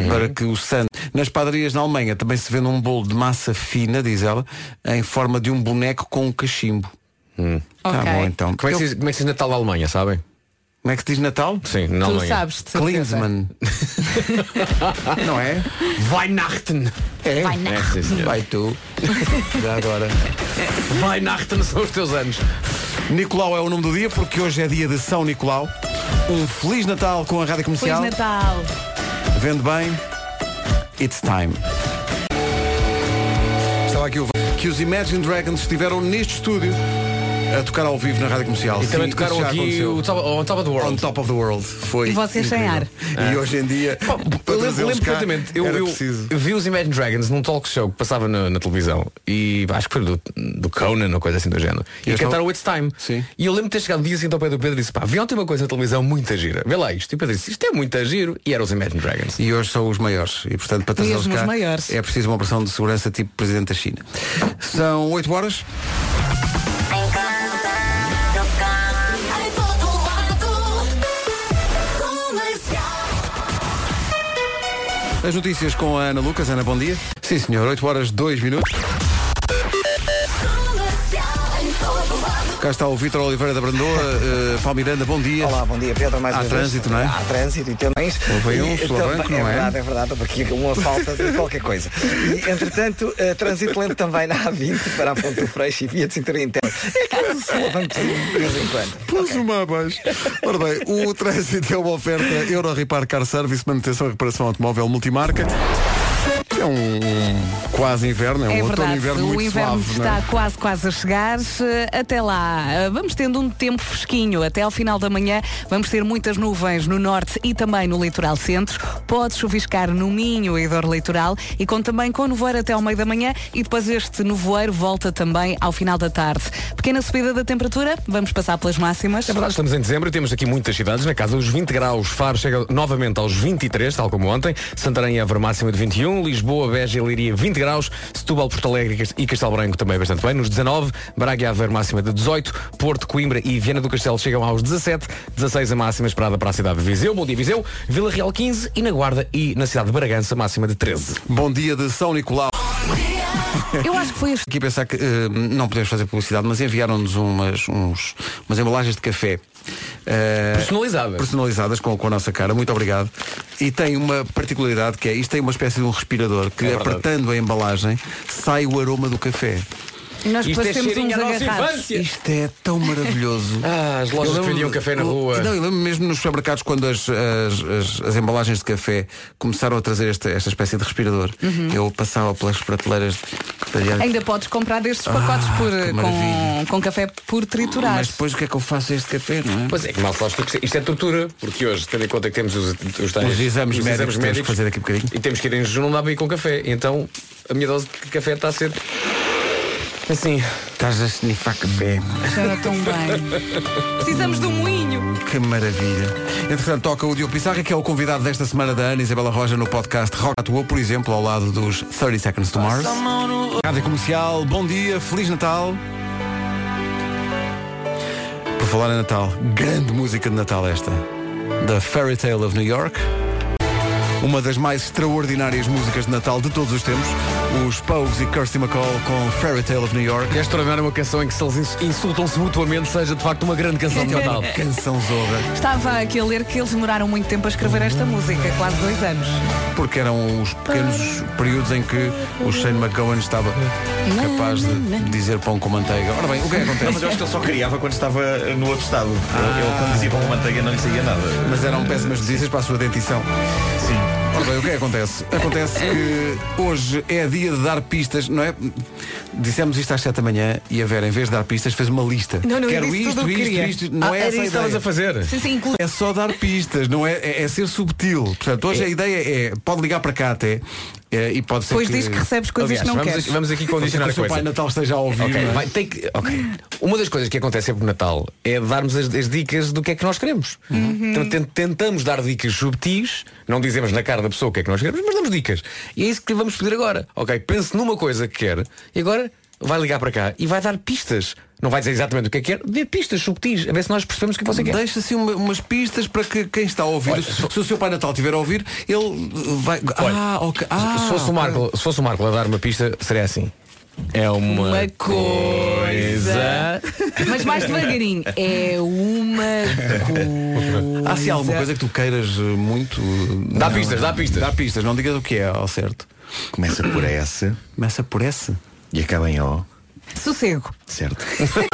Speaker 1: para que o santo. Nas padarias na Alemanha também se vende um bolo de massa fina, diz ela, em forma de um boneco com um cachimbo. Tá
Speaker 3: Ok.
Speaker 1: bom então.
Speaker 4: Hum. Como é, que se, diz- como é que se diz Natal na Alemanha, sabem?
Speaker 1: Como é que se diz Natal?
Speaker 4: Sim, na
Speaker 3: Tu
Speaker 4: Alemanha.
Speaker 3: sabes, de certeza.
Speaker 1: Klinsmann. Não é?
Speaker 4: Weihnachten.
Speaker 1: É.
Speaker 4: É, sim, senhor.
Speaker 1: Vai tu. Já agora.
Speaker 4: Weihnachten são os teus anos.
Speaker 1: Nicolau é o nome do dia porque hoje é dia de São Nicolau. Um Feliz Natal com a Rádio
Speaker 3: Feliz
Speaker 1: Comercial.
Speaker 3: Natal.
Speaker 1: Vende bem. It's time. Estava aqui o que os Imagine Dragons estiveram neste estúdio a tocar ao vivo na Rádio Comercial.
Speaker 4: E
Speaker 1: Sim,
Speaker 4: também
Speaker 1: isso
Speaker 4: tocaram
Speaker 1: já
Speaker 4: aqui
Speaker 1: aconteceu.
Speaker 4: o top, on top of the
Speaker 1: On
Speaker 4: World.
Speaker 1: Top of the World. Foi
Speaker 3: E vocês sem
Speaker 1: incrível.
Speaker 3: ar.
Speaker 1: E hoje em dia, para
Speaker 4: Eu
Speaker 1: trazê-los
Speaker 4: Oh, lembro, lembro
Speaker 1: cá,
Speaker 4: perfeitamente. Eu,
Speaker 1: era
Speaker 4: eu-
Speaker 1: preciso.
Speaker 4: eu vi os Imagine Dragons num talk show que passava na, na televisão e acho que foi do, do Conan ou coisa assim do género. E,
Speaker 1: Eu estou-
Speaker 4: cantaram It's Time.
Speaker 1: Sim.
Speaker 4: E eu lembro de ter chegado um dia assim ao pé do Pedro e disse, pá, vi ontem uma coisa na televisão muito gira. Vê lá isto. E o Pedro disse, isto é muito giro. E eram os Imagine Dragons.
Speaker 1: E hoje são os maiores. E portanto, para
Speaker 3: Mesmo
Speaker 1: trazê-los
Speaker 3: os
Speaker 1: cá,
Speaker 3: maiores.
Speaker 1: é preciso uma operação de segurança tipo Presidente da China. São 8 horas.
Speaker 7: Em casa, no carro, em todo lado. Comercial.
Speaker 1: As notícias com a Ana Lucas. Ana, bom dia. Sim, senhor. 8 horas, 2 minutos.
Speaker 7: Comercial, em todo lado.
Speaker 10: Cá está o Vítor Oliveira da Brandoa. eh, Paulo Miranda, bom dia.
Speaker 2: Olá, bom dia Pedro, mais
Speaker 10: Há
Speaker 2: uma vez.
Speaker 10: trânsito, não é?
Speaker 2: Há trânsito e também.
Speaker 10: Houve um
Speaker 2: E
Speaker 10: solavanco,
Speaker 2: também-
Speaker 10: não é?
Speaker 2: É verdade, é verdade, porque uma falta de qualquer coisa. E, entretanto, eh, trânsito lento também na A20 para a Ponte do Freixo e via de cintura interna. É que um solavanco de vez em quando.
Speaker 10: Pus uma abaixo. Ora bem, o trânsito é uma oferta Euro Repar Car Service, manutenção e reparação automóvel multimarca. É um quase inverno, é um
Speaker 3: É
Speaker 10: outono
Speaker 3: verdade,
Speaker 10: inverno
Speaker 3: o
Speaker 10: muito
Speaker 3: inverno
Speaker 10: suave. não é?
Speaker 3: está quase, quase a chegar. Eh, Até lá, eh, vamos tendo um tempo fresquinho. Até ao final da manhã vamos ter muitas nuvens no norte e também no litoral centro. Pode chuviscar no Minho e dor litoral e com também com nevoeiro até ao meio da manhã e depois este nevoeiro volta também ao final da tarde. Pequena subida da temperatura, vamos passar pelas máximas.
Speaker 4: É verdade, estamos em dezembro e temos aqui muitas cidades na casa dos 20 graus. Faro chega novamente aos 23, tal como ontem. Santarém e Évora máxima de 21. Lisboa, Beja e Leiria 20 graus. Setúbal, Porto Alegre e Castelo Branco também é bastante bem, nos 19. Braga e Aveiro máxima de 18. Porto, Coimbra e Viana do Castelo chegam aos 17. 16 a máxima esperada para a cidade de Viseu. Bom dia, Viseu. Vila Real 15 e na Guarda e na cidade de Bragança máxima de 13.
Speaker 10: Bom dia de São Nicolau.
Speaker 3: Eu acho que foi este.
Speaker 1: Aqui a pensar que eh, não podemos fazer publicidade, mas enviaram-nos umas, uns, umas embalagens de café. eh,
Speaker 4: Personalizada.
Speaker 1: personalizadas com, com a nossa cara, muito obrigado. E tem uma particularidade que é, isto tem uma espécie de um respirador que
Speaker 4: É verdade.
Speaker 1: apertando a embalagem sai o aroma do café.
Speaker 3: E nós
Speaker 4: Isto
Speaker 3: depois
Speaker 4: é
Speaker 3: temos
Speaker 4: cheirinho
Speaker 3: uns
Speaker 4: à nossa
Speaker 3: agarrados.
Speaker 4: infância.
Speaker 1: Isto é tão maravilhoso.
Speaker 4: Ah, as lojas
Speaker 1: Eu lembro-
Speaker 4: que vendiam café na
Speaker 1: eu-
Speaker 4: rua.
Speaker 1: Não, eu lembro mesmo nos supermercados quando as, as, as, as embalagens de café começaram a trazer esta, esta espécie de respirador.
Speaker 4: Uhum.
Speaker 1: Eu passava pelas prateleiras de talheres.
Speaker 3: Ainda podes comprar destes pacotes
Speaker 1: Ah,
Speaker 3: por,
Speaker 1: que maravilha.
Speaker 3: com, com café por triturar.
Speaker 1: Mas depois o que é que eu faço a este café, não é?
Speaker 4: Pois é, que mal sabes tu que isto é tortura, porque hoje, tendo em conta que temos os, os, tais-
Speaker 1: Os exames médicos que temos que fazer daqui a bocadinho.
Speaker 4: e temos que ir em jejum, não dá para ir com café. Então a minha dose de café está a ser. Assim.
Speaker 1: Estás a snifar café.
Speaker 3: Cheira tão bem. Precisamos de um moinho.
Speaker 1: Que maravilha. Entretanto, toca o Diogo Pissarra, que é o convidado desta semana da Ana Isabela Roja no podcast Rock Atuou, por exemplo, ao lado dos 30 Seconds to Mars. Rádio Comercial, bom dia, Feliz Natal. Por falar em Natal, grande música de Natal esta. da Fairy Tale of New York. Uma das mais extraordinárias músicas de Natal de todos os tempos. Os Pogues e Kirsty McCall com Fairy Tale of New York.
Speaker 4: É extraordinário uma canção em que se eles insultam-se mutuamente, seja de facto uma grande canção de Natal.
Speaker 1: Canção Zorra.
Speaker 3: Estava aqui a ler que eles demoraram muito tempo a escrever esta música, quase dois anos.
Speaker 1: porque eram os pequenos períodos em que o Shane McGowan estava capaz de dizer pão com manteiga. Ora bem, o que é que acontece? Ah.
Speaker 11: Mas eu acho que ele só criava quando estava eh, no outro estado. Ele, ele quando dizia pão com manteiga não lhe saía nada.
Speaker 1: Mas eram péssimas notícias para a sua dentição.
Speaker 11: Sim.
Speaker 1: Ora bem, o que é que acontece? Acontece que hoje é dia de dar pistas, não é? Dissemos isto às 7 da manhã e a Vera, em vez de dar pistas, fez uma lista.
Speaker 3: Não, não, eu
Speaker 1: Quero
Speaker 3: disse
Speaker 1: isto,
Speaker 3: tudo o que
Speaker 1: isto,
Speaker 3: queria.
Speaker 1: isto, não
Speaker 4: Ah,
Speaker 1: é
Speaker 4: era
Speaker 1: essa
Speaker 4: isso que
Speaker 1: a
Speaker 4: estavas
Speaker 1: ideia.
Speaker 4: a fazer.
Speaker 3: Sim, sim, inclu-
Speaker 1: É só dar pistas, não é, é, é ser subtil. Portanto, hoje a ideia é, pode ligar para cá até eh, e pode ser
Speaker 3: Depois
Speaker 1: que...
Speaker 3: diz que recebes coisas
Speaker 4: Aliás,
Speaker 3: que não
Speaker 4: vamos,
Speaker 3: queres.
Speaker 4: aqui, vamos aqui
Speaker 1: Pode ser que
Speaker 4: condicionar
Speaker 1: o
Speaker 4: a
Speaker 1: seu pai
Speaker 4: coisa.
Speaker 1: Natal esteja a ouvir.
Speaker 4: Ok,
Speaker 1: não é?
Speaker 4: vai, tem que, ok. Uma das coisas que acontece sempre no Natal é darmos as, as dicas do que é que nós queremos. Então, ten- tentamos dar dicas subtis, não dizemos na cara da pessoa o que é que nós queremos, mas damos dicas. E é isso que lhe vamos pedir agora. Ok, pense numa coisa que quer e agora vai ligar para cá e vai dar pistas. Não vai dizer exatamente o que é que quer, dê pistas subtis, a ver se nós percebemos o que você quer.
Speaker 1: Deixa assim uma- umas pistas para que quem está a ouvir,
Speaker 4: Olha,
Speaker 1: se, se o seu pai Natal estiver a ouvir, ele uh, vai. ah, ok. Ah,
Speaker 4: se, fosse o Marco, se fosse o Marco a dar uma pista, seria assim. É uma,
Speaker 3: Uma
Speaker 4: coisa.
Speaker 3: coisa. Mas mais devagarinho. É uma coisa.
Speaker 1: Há se alguma coisa que tu queiras uh, muito. uh,
Speaker 4: Dá
Speaker 1: não,
Speaker 4: pistas, dá pistas.
Speaker 1: Dá pistas, não digas o que é ao certo.
Speaker 11: Começa por S
Speaker 1: Começa por S.
Speaker 11: e acaba em O.
Speaker 3: Sossego.
Speaker 11: Certo.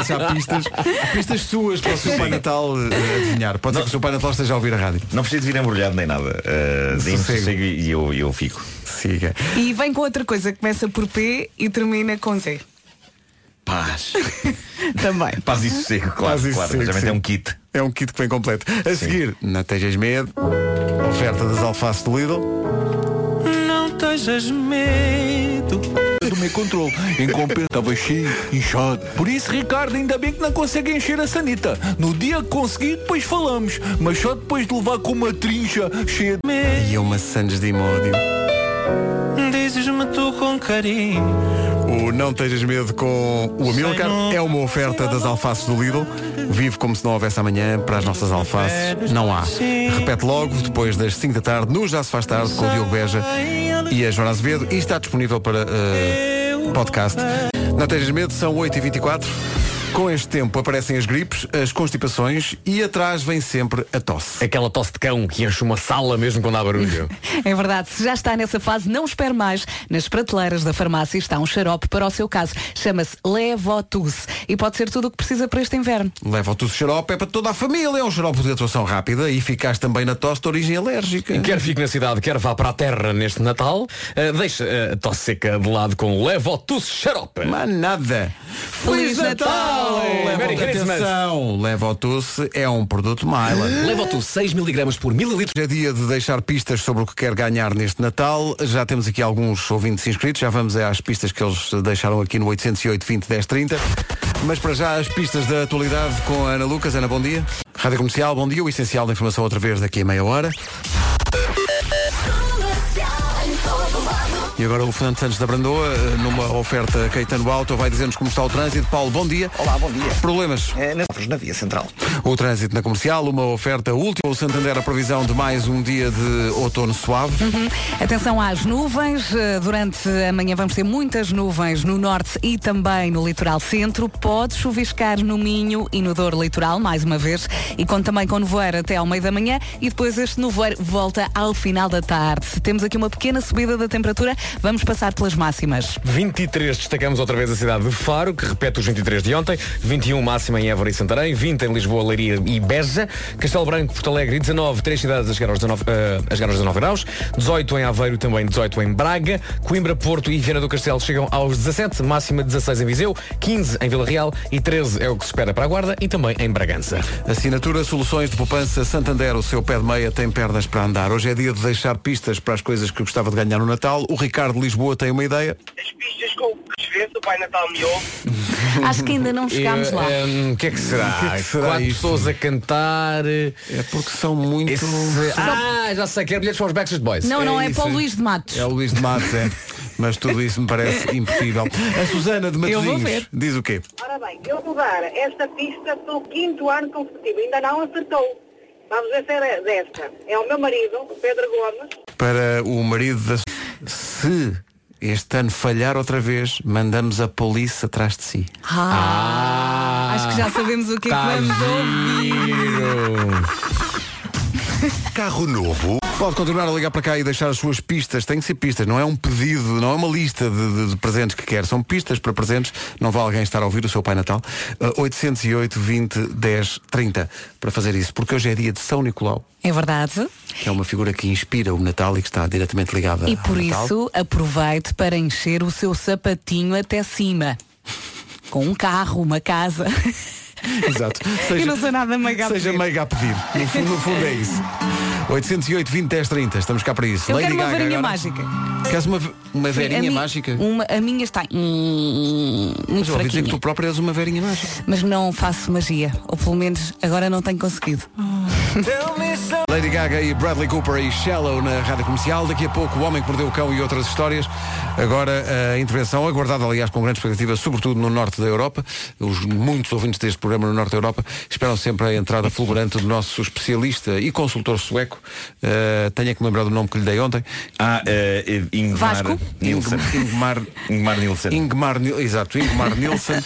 Speaker 1: Se Há pistas, há pistas suas para o seu pai Natal uh, adivinhar. Pode ser que o seu pai Natal esteja a ouvir a rádio.
Speaker 11: Não precisa de vir embrulhado nem nada. Uh, Dê-me
Speaker 1: Sossego.
Speaker 11: sossego e eu, eu fico.
Speaker 1: Siga.
Speaker 3: E vem com outra coisa que começa por P e termina com Z.
Speaker 11: Paz.
Speaker 3: Também.
Speaker 11: Paz e sossego, claro.
Speaker 1: Paz e
Speaker 11: claro.
Speaker 1: sossego,
Speaker 11: Geralmente
Speaker 1: sim.
Speaker 11: é um kit.
Speaker 1: É um kit que vem completo. A seguir, não tejas medo. Oferta das alfaces do Lidl.
Speaker 9: Não tejas medo. Do meu controle. Em compensa, estava cheio, inchado. Por isso, Ricardo, ainda bem que não consegue encher a sanita. No dia que conseguir, depois falamos. Mas só depois de levar com uma trincha cheia de medo.
Speaker 1: E é uma Sandes de Imódio.
Speaker 9: Dizes-me tu com carinho.
Speaker 1: O Não Tejas Medo com o Amilcar é uma oferta das alfaces do Lidl. Vive como se não houvesse amanhã para as nossas alfaces. Não há. Repete logo, depois das 5 da tarde, no Já Se Faz Tarde, com o Diogo Beja e a Joana Azevedo. E está disponível para eh, podcast. Não Tejas Medo, são 8h24. Com este tempo aparecem as gripes, as constipações e atrás vem sempre a tosse.
Speaker 4: Aquela tosse de cão que enche uma sala mesmo quando há barulho.
Speaker 3: É verdade, se já está nessa fase, não espere mais. Nas prateleiras da farmácia está um xarope para o seu caso. Chama-se Levotus e pode ser tudo o que precisa para este inverno.
Speaker 1: Leva o tosse xarope, é para toda a família, é um xarope de atuação rápida e eficaz também na tosse de origem alérgica.
Speaker 4: Quer fique na cidade, quer vá para a terra neste Natal, ah, deixe ah, a tosse seca de lado com Levotus Xarope.
Speaker 1: Mas nada.
Speaker 3: Feliz Natal!
Speaker 1: Leva
Speaker 4: Merry Christmas.
Speaker 1: atenção, Leva o tosse é um produto Mylan.
Speaker 4: Levotus 6 miligramas por mililitro.
Speaker 1: Hoje é dia de deixar pistas sobre o que quer ganhar neste Natal. Já temos aqui alguns ouvintes inscritos, já vamos às pistas que eles deixaram aqui no 808 20 10 30. Mas para já as pistas da atualidade com a Ana Lucas. Ana, bom dia. Rádio Comercial, bom dia. O essencial da informação outra vez daqui a meia hora. E agora o Fernando Santos da Brandoa, eh, numa oferta Caetano Alto, vai dizer-nos como está o trânsito. Paulo, bom dia.
Speaker 12: Olá, bom dia.
Speaker 1: Problemas?
Speaker 12: Eh,
Speaker 2: É,
Speaker 12: na- na via central.
Speaker 1: O trânsito na comercial, uma oferta última. O Santander, a previsão de mais um dia de outono suave.
Speaker 3: Atenção às nuvens. Eh, Durante a manhã vamos ter muitas nuvens no norte e também no litoral centro. Pode chuviscar no Minho e no Douro Litoral, mais uma vez. E conta também com nevoeiro até ao meio da manhã e depois este nevoeiro volta ao final da tarde. Temos aqui uma pequena subida da temperatura. Vamos passar pelas máximas.
Speaker 4: 23 destacamos outra vez a cidade de Faro, que repete os 23 de ontem, 21 máxima em Évora e Santarém, 20 em Lisboa, Leiria e Beja, Castelo Branco, Porto Alegre e 19, três cidades a chegar aos 19, eh, a chegar aos 19 graus, 18 em Aveiro, também 18 em Braga, Coimbra, Porto e Viana do Castelo chegam aos 17, máxima 16 em Viseu, 15 em Vila Real e 13 é o que se espera para a Guarda e também em Bragança.
Speaker 1: Assinatura Soluções de Poupança Santander, o seu pé de meia tem pernas para andar. Hoje é dia de deixar pistas para as coisas que gostava de ganhar no Natal. O Ricardo de Lisboa tem uma ideia.
Speaker 13: As pistas com o desvento do Pai Natal me ouve.
Speaker 3: Acho que ainda não chegámos
Speaker 4: Eh,
Speaker 3: lá.
Speaker 4: eh, O que é que será?
Speaker 1: O que é que será
Speaker 4: Quatro
Speaker 1: isto? Então,
Speaker 4: pessoas a cantar. eh,
Speaker 1: É porque são muito.
Speaker 4: esse- Ah, já sei, quero bilhetes para os Backstreet Boys.
Speaker 3: Não, não,
Speaker 1: é
Speaker 3: é, para o
Speaker 1: isso.
Speaker 3: Luís de Matos.
Speaker 1: É o Luís de Matos, é. Mas tudo isso me parece impossível. A Susana de
Speaker 3: Eu vou
Speaker 1: Matosinhos
Speaker 3: ver.
Speaker 1: diz o quê?
Speaker 13: Ora bem, eu vou dar esta pista pelo quinto ano consecutivo. Ainda não acertou. Vamos ver se era desta. É o meu marido, o Pedro Gomes.
Speaker 1: Para o marido da. Se este ano falhar outra vez, mandamos a polícia atrás de si.
Speaker 3: Ah, acho que já sabemos o que é que
Speaker 4: Tá
Speaker 3: vamos ouvir.
Speaker 4: giro.
Speaker 1: Carro novo. Pode continuar a ligar para cá e deixar as suas pistas. Tem que ser pistas, não é um pedido, não é uma lista de, de- de presentes que quer. São pistas para presentes. Não vale alguém estar a ouvir o seu Pai Natal. Ah, 808 20 10 30 para fazer isso. Porque hoje é dia de São Nicolau,
Speaker 3: É verdade.
Speaker 1: que é uma figura que inspira o Natal e que está diretamente ligada
Speaker 3: E por
Speaker 1: ao Natal.
Speaker 3: isso, aproveite para encher o seu sapatinho até cima. Com um carro, uma casa.
Speaker 1: Exato.
Speaker 3: Eu não sou nada meiga a
Speaker 1: Seja
Speaker 3: pedir.
Speaker 1: meiga a pedir. No fundo, no fundo é isso. 808 20 10 30. Estamos cá para isso.
Speaker 3: Eu
Speaker 1: Lady
Speaker 3: quero uma
Speaker 1: Gaga
Speaker 3: varinha
Speaker 1: agora.
Speaker 3: mágica.
Speaker 1: Queres uma, uma verinha
Speaker 3: a um mi-
Speaker 1: mágica?
Speaker 3: Uma, a minha está hum, muito
Speaker 1: Mas eu ouvi dizer que
Speaker 3: fraquinha.
Speaker 1: tu própria és uma verinha mágica.
Speaker 3: Mas não faço magia. Ou pelo menos agora não tenho conseguido.
Speaker 1: Lady Gaga e Bradley Cooper e Shallow na rádio comercial. Daqui a pouco, O Homem que Mordeu o Cão e outras histórias. Agora, a intervenção aguardada, aliás, com grande expectativa, sobretudo no norte da Europa. Os muitos ouvintes deste programa no norte da Europa esperam sempre a entrada fulgurante do nosso especialista e consultor sueco. Uh, tenho que me lembrar do nome que lhe dei ontem.
Speaker 11: Ah, eh, eh, Ingmar
Speaker 3: Vasco?
Speaker 11: Nilsson.
Speaker 1: Ingmar,
Speaker 11: Ingmar Nilsson.
Speaker 1: Ingmar, Nil- exato, Ingmar Nilsson.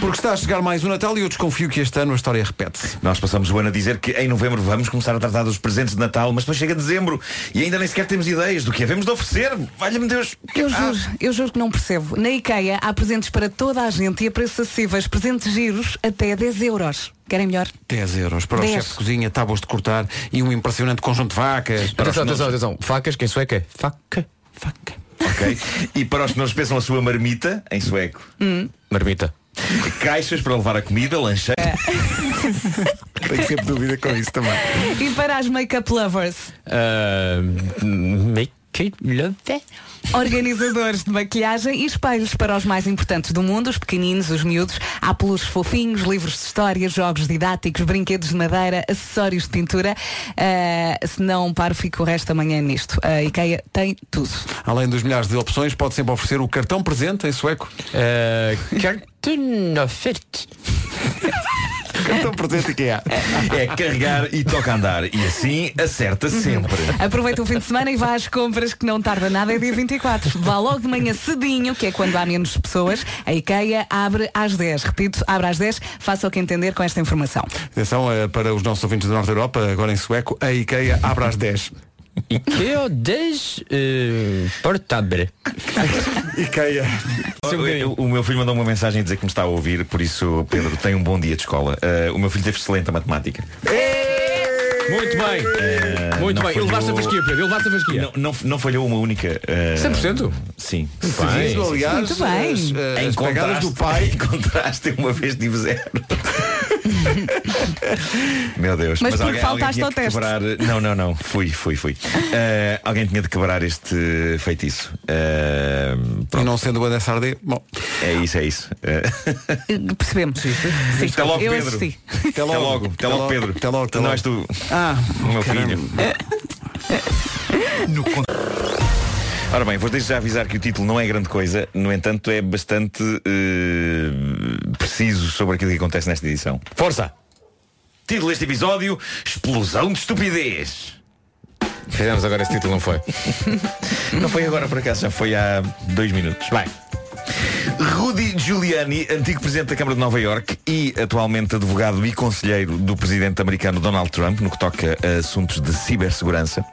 Speaker 1: Porque está a chegar mais o Natal e eu desconfio que este ano a história repete-se.
Speaker 11: Nós passamos o ano a dizer que em novembro vamos começar a tratar dos presentes de Natal, mas depois chega dezembro e ainda nem sequer temos ideias do que havemos de oferecer. Valha-me Deus.
Speaker 1: Ah.
Speaker 3: Eu juro, eu juro que não percebo. Na IKEA há presentes para toda a gente e a preços acessíveis. Presentes giros até 10 euros. Querem melhor?
Speaker 1: 10 euros para o
Speaker 3: 10.
Speaker 1: chefe de cozinha, tábuas de cortar e um impressionante conjunto de vacas. Para os
Speaker 4: Atenção, atenção, atenção. Facas, quem sueca? é Faca.
Speaker 1: Faca.
Speaker 11: Ok. E para os que não pensam a sua marmita, em sueco,
Speaker 3: Hum.
Speaker 4: Marmita.
Speaker 11: caixas para levar a comida, lancheira.
Speaker 1: Tenho sempre dúvida com isso também.
Speaker 3: E para as make-up lovers?
Speaker 4: make it love
Speaker 3: Organizadores de maquilhagem e espelhos para os mais importantes do mundo, os pequeninos, os miúdos. Há peluches fofinhos, livros de história, jogos didáticos, brinquedos de madeira, acessórios de pintura. Ah, se não paro, fico o resto da manhã nisto. A IKEA tem tudo.
Speaker 1: Além dos milhares de opções, pode sempre oferecer o cartão presente em sueco.
Speaker 4: Cartoon
Speaker 11: Cartão presente IKEA. É carregar e toca andar. E assim acerta sempre.
Speaker 3: Aproveita o fim de semana e vá às compras que não tarda nada, é dia 24. Vá logo de manhã cedinho, que é quando há menos pessoas. A IKEA abre às 10. Repito, abre às 10. Faça o que entender com esta informação.
Speaker 10: Atenção eh, para os nossos ouvintes do Norte da Europa, agora em sueco, a IKEA abre às 10.
Speaker 14: IKEA 10 eh, portável.
Speaker 10: IKEA.
Speaker 11: O, o meu filho mandou uma mensagem a dizer que me está a ouvir, por isso, Pedro, tem um bom dia de escola. Ah, o meu filho teve excelente a matemática.
Speaker 4: Muito bem. Muito
Speaker 11: não
Speaker 4: bem.
Speaker 11: falhou-
Speaker 4: Ele levaste a fasquia, Pedro. Ele levaste a fasquia.
Speaker 11: Não, não, não falhou uma única. ah,
Speaker 4: 100%?
Speaker 11: Sim.
Speaker 4: Muito bem. Muito
Speaker 11: aliás,
Speaker 4: bem.
Speaker 11: as- as
Speaker 1: eh,
Speaker 4: Em
Speaker 11: pegadas
Speaker 4: contraste-
Speaker 11: do pai. Em contraste, eu uma vez tive zero. Meu Deus.
Speaker 3: Mas porque
Speaker 11: alguém- alguém
Speaker 3: faltaste
Speaker 11: tinha
Speaker 3: ao
Speaker 11: que
Speaker 3: teste.
Speaker 11: quebrar- Não, não, não. Fui, fui, fui. Ah, alguém tinha de quebrar este feitiço. e
Speaker 10: não sendo o André Sardê, bom.
Speaker 11: É isso, é isso. Ah,
Speaker 3: eh, Percebemos. Sim.
Speaker 11: Até logo,
Speaker 3: Eu
Speaker 11: Pedro.
Speaker 3: assisti.
Speaker 11: Até logo, até logo, Pedro. Até logo, até Nós tu.
Speaker 10: Ah,
Speaker 11: o meu filho. No con- Ora bem, vou desde já avisar que o título não é grande coisa, no entanto é bastante eh, preciso sobre aquilo que acontece nesta edição. Força! Título deste episódio, Explosão de Estupidez. Fizemos agora esse título, não foi? não foi agora por acaso, já foi há dois minutos. Bem. Rudy Giuliani, antigo presidente da Câmara de Nova York e atualmente advogado e conselheiro do presidente americano Donald Trump, no que toca a assuntos de cibersegurança,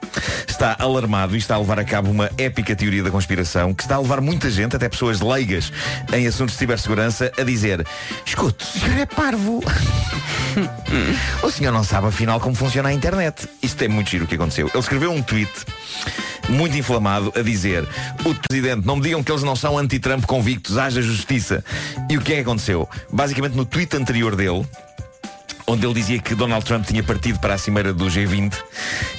Speaker 11: está alarmado e está a levar a cabo uma épica teoria da conspiração que está a levar muita gente, até pessoas leigas em assuntos de cibersegurança, a dizer: Escute, o senhor é parvo. O senhor não sabe afinal como funciona a internet. Isto é muito giro o que aconteceu. Ele escreveu um tweet muito inflamado a dizer o presidente, não me digam que eles não são anti-Trump convictos, haja justiça. E o que é que aconteceu? Basicamente no tweet anterior dele, onde ele dizia que Donald Trump tinha partido para a cimeira do G20,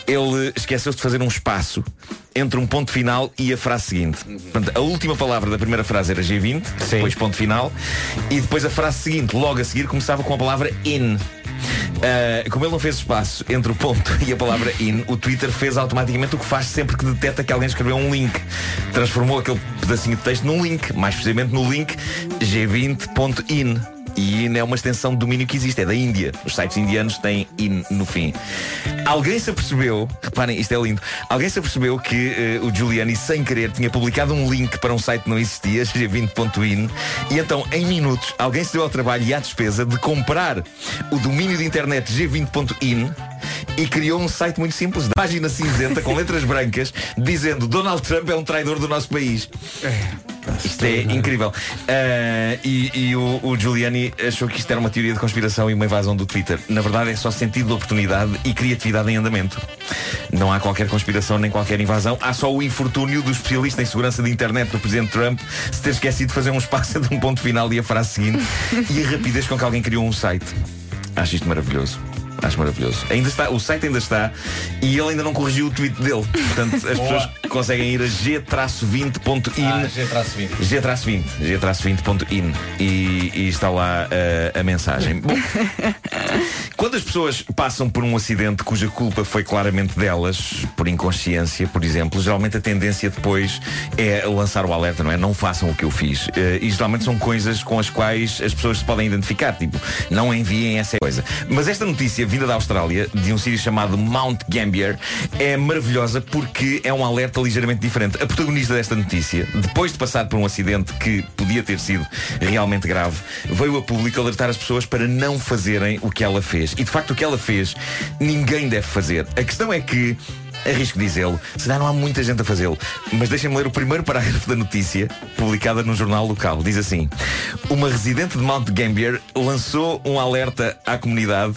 Speaker 11: ele esqueceu-se de fazer um espaço entre um ponto final e a frase seguinte. Portanto, a última palavra da primeira frase era G20, depois ponto final, e depois a frase seguinte, logo a seguir, começava com a palavra in. Ah, como ele não fez espaço entre o ponto e a palavra in, o Twitter fez automaticamente o que faz sempre que detecta que alguém escreveu um link. Transformou aquele pedacinho de texto num link, mais precisamente no link g20.in. E IN é uma extensão de domínio que existe, é da Índia. Os sites indianos têm IN no fim. Alguém se apercebeu, reparem, isto é lindo, alguém se apercebeu que eh, o Giuliani, sem querer, tinha publicado um link para um site que não existia, g20.in, e então, em minutos, alguém se deu ao trabalho e à despesa de comprar o domínio de internet g20.in e criou um site muito simples, de página cinzenta, com letras brancas, dizendo Donald Trump é um traidor do nosso país. Isto é incrível. Ah, e e o, o Giuliani achou que isto era uma teoria de conspiração e uma invasão do Twitter. Na verdade é só sentido de oportunidade e criatividade em andamento. Não há qualquer conspiração nem qualquer invasão. Há só o infortúnio do especialista em segurança de internet do Presidente Trump se ter esquecido de fazer um espaço entre um ponto final e a frase seguinte e a rapidez com que alguém criou um site. Acho isto maravilhoso. Acho maravilhoso. Ainda está, o site ainda está e ele ainda não corrigiu o tweet dele. Portanto, as pessoas conseguem ir a g-20.in. G-20. G-20.in. E, e está lá eh, a mensagem. Bom, quando as pessoas passam por um acidente cuja culpa foi claramente delas, por inconsciência, por exemplo, geralmente a tendência depois é lançar o alerta, não é? Não façam o que eu fiz. Eh, E geralmente são coisas com as quais as pessoas se podem identificar, tipo, não enviem essa coisa. Mas esta notícia vinda da Austrália, de um sítio chamado Mount Gambier, é maravilhosa porque é um alerta ligeiramente diferente. A protagonista desta notícia, depois de passar por um acidente que podia ter sido realmente grave, veio a público alertar as pessoas para não fazerem o que ela fez. E de facto o que ela fez, ninguém deve fazer. A questão é que, arrisco dizê-lo, se calhar não há muita gente a fazê-lo, mas deixem-me ler o primeiro parágrafo da notícia, publicada no jornal local. Diz assim, uma residente de Mount Gambier lançou um alerta à comunidade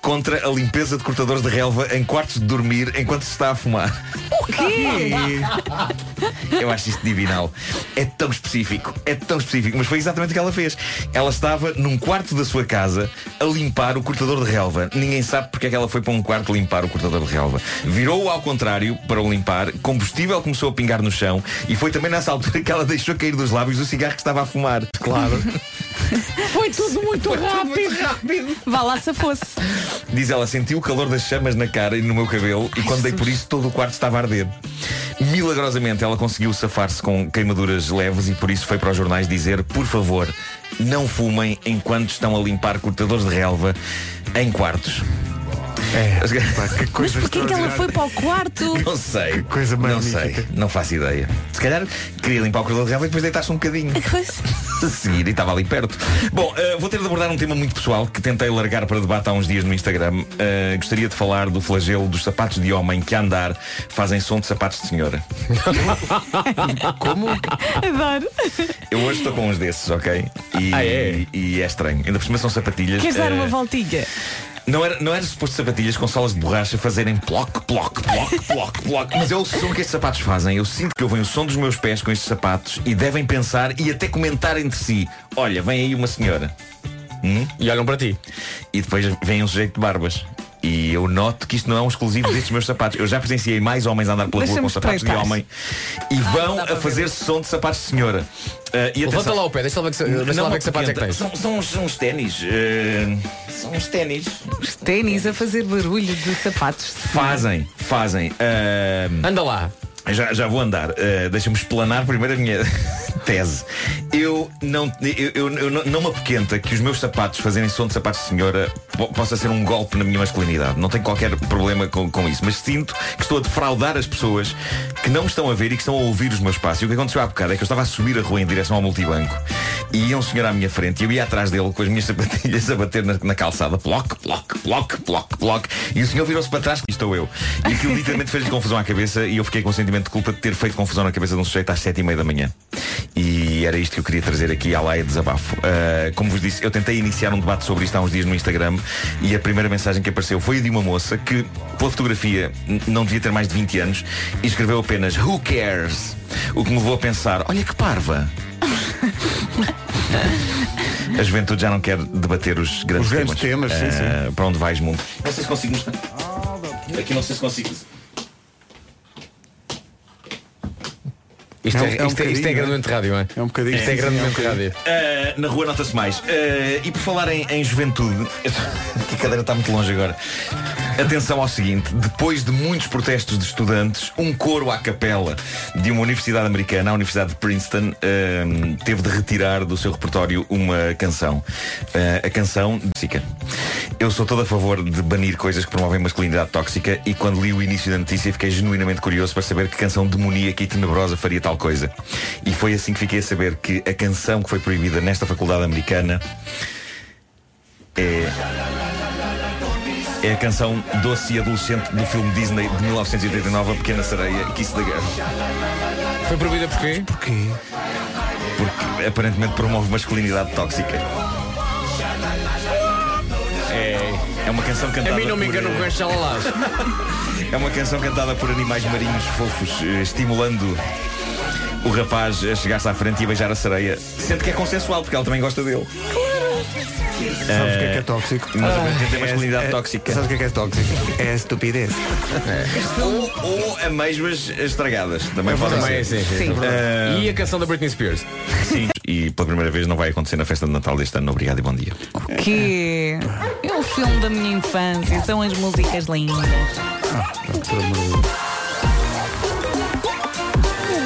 Speaker 11: contra a limpeza de cortadores de relva em quartos de dormir enquanto se está a fumar.
Speaker 7: O
Speaker 3: Ah,
Speaker 7: quê?
Speaker 11: Eu acho isto divinal. É tão específico, é tão específico. Mas foi exatamente o que ela fez. Ela estava num quarto da sua casa a limpar o cortador de relva. Ninguém sabe porque é que ela foi para um quarto limpar o cortador de relva. Virou-o ao contrário para o limpar, combustível começou a pingar no chão e foi também nessa altura que ela deixou cair dos lábios o cigarro que estava a fumar. Claro.
Speaker 3: Foi tudo muito rápido. Vá lá se fosse.
Speaker 11: Diz ela, senti o calor das chamas na cara e no meu cabelo e quando dei por isso todo o quarto estava a arder. Milagrosamente ela conseguiu safar-se com queimaduras leves e por isso foi para os jornais dizer, por favor, não fumem enquanto estão a limpar cortadores de relva em quartos. É, que
Speaker 3: Mas porquê que é ela foi para o quarto?
Speaker 11: Não sei. Coisa não sei. Não faço ideia. Se calhar queria limpar o corredor de relva e depois deitar-se um bocadinho. A seguir, e estava ali perto. Bom, eh, vou ter de abordar um tema muito pessoal que tentei largar para debate há uns dias no Instagram. Eh, gostaria de falar do flagelo dos sapatos de homem que a andar fazem som de sapatos de senhora.
Speaker 7: Como? Adoro.
Speaker 11: Eu hoje estou com uns desses, ok? E, e é estranho. Ainda por cima são sapatilhas.
Speaker 15: Queres dar
Speaker 11: eh,
Speaker 15: uma
Speaker 2: É.
Speaker 15: voltinha?
Speaker 11: Não era, não era suposto sapatilhas com solas de borracha fazerem ploc, ploc, ploc, ploc, ploc. Mas é o som que estes sapatos fazem. Eu sinto que eu venho o som dos meus pés com estes sapatos e devem pensar e até comentar entre si. Olha, vem aí uma senhora. E olham para ti. E depois vem um sujeito de barbas. E eu noto que isto não é um exclusivo destes meus sapatos. Eu já presenciei mais homens a andar pela rua
Speaker 4: Deixa-me
Speaker 11: com sapatos de
Speaker 4: espreitar.
Speaker 11: homem e vão a fazer som de sapatos de senhora. Ah, e
Speaker 4: Levanta
Speaker 11: atenção-
Speaker 4: lá o pé, deixa lá ver que, se- deixa
Speaker 11: Não,
Speaker 4: lá ver
Speaker 11: não
Speaker 4: que sapatos é que
Speaker 11: pequena.
Speaker 4: tens.
Speaker 11: São, são uns, são uns ténis. ah, São uns ténis.
Speaker 3: Os ténis a fazer barulho de sapatos.
Speaker 11: Fazem, fazem.
Speaker 4: Anda lá.
Speaker 11: Já, já vou andar. Ah, Deixa-me explanar primeiro a minha tese. Eu não, eu, eu- eu não- não me apoquenta que os meus sapatos fazerem som de sapatos de senhora po- possa ser um golpe na minha masculinidade. Não tenho qualquer problema com, com isso. Mas sinto que estou a defraudar as pessoas que não me estão a ver e que estão a ouvir os meus passos. E o que aconteceu há bocado é que eu estava a subir a rua em direção ao multibanco e ia um senhor à minha frente e eu ia atrás dele com as minhas sapatilhas a bater na, na calçada. Ploc, ploc, ploc, ploc, ploc. E o senhor virou-se para trás e estou eu. E aquilo literalmente fez-lhe confusão à cabeça e eu fiquei com o sentimento de culpa de ter feito confusão na cabeça de um sujeito às sete e meia da manhã. E era isto que eu queria trazer aqui à Laia Desabafo. Ah, como vos disse, eu tentei iniciar um debate sobre isto há uns dias no Instagram e a primeira mensagem que apareceu foi a de uma moça que, pela fotografia, n- não devia ter mais de 20 anos e escreveu apenas Who cares? O que me levou a pensar, olha que parva. A juventude já não quer debater os grandes,
Speaker 10: Os grandes temas, sim,
Speaker 4: eh,
Speaker 11: Ah, Para onde vais, mundo? Não sei se consigo mostrar. Aqui não sei se consigo.
Speaker 4: Isto é,
Speaker 11: É um-
Speaker 4: isto
Speaker 11: é um
Speaker 4: é, isto é
Speaker 11: bocadinho,
Speaker 4: grandemente rádio, é?
Speaker 10: É um bocadinho.
Speaker 4: Isto é
Speaker 11: sim, sim, é um
Speaker 4: grandemente
Speaker 11: bocadinho.
Speaker 4: rádio.
Speaker 11: Ah, na rua nota-se mais. Ah, e por falar em, em juventude, que a cadeira está muito longe agora. Atenção ao seguinte, depois de muitos protestos de estudantes, um coro à capela de uma universidade americana, a Universidade de Princeton, ahm, teve de retirar do seu repertório uma canção. Ah, a canção de Sica. Eu sou todo a favor de banir coisas que promovem masculinidade tóxica e quando li o início da notícia fiquei genuinamente curioso para saber que canção demoníaca e tenebrosa faria tal coisa. E foi assim que fiquei a saber que a canção que foi proibida nesta faculdade americana é. É a canção Doce e Adolescente do filme Disney de 1989, A Pequena Sereia e Kiss the Girl.
Speaker 4: Foi proibida porquê?
Speaker 11: Porquê? Porque aparentemente promove masculinidade tóxica. É, é uma canção cantada.
Speaker 4: A mim não me
Speaker 11: por,
Speaker 4: engano
Speaker 11: eh,
Speaker 4: com este xalalás.
Speaker 11: é uma canção cantada por animais marinhos fofos, eh, estimulando o rapaz a chegar-se à frente e a beijar a sereia. Sendo que é consensual, porque ela também gosta dele.
Speaker 10: Sabes o que é que é
Speaker 11: Eh,
Speaker 10: tóxico?
Speaker 11: Mas ao mesmo
Speaker 10: Ah,
Speaker 11: tempo é masculinidade
Speaker 10: é-
Speaker 11: tóxica.
Speaker 10: Sabes o que é que é tóxico? É a estupidez.
Speaker 11: Ou, ou amêijoas estragadas. Também
Speaker 4: Eu vou
Speaker 11: podem
Speaker 4: também,
Speaker 11: ser.
Speaker 4: sim, sim, Sim. também.
Speaker 11: Eh,
Speaker 4: E a canção da Britney Spears.
Speaker 11: Sim. E pela primeira vez não vai acontecer na festa de Natal deste ano. Obrigado e bom dia.
Speaker 3: Que é o filme da minha infância, são as músicas lindas.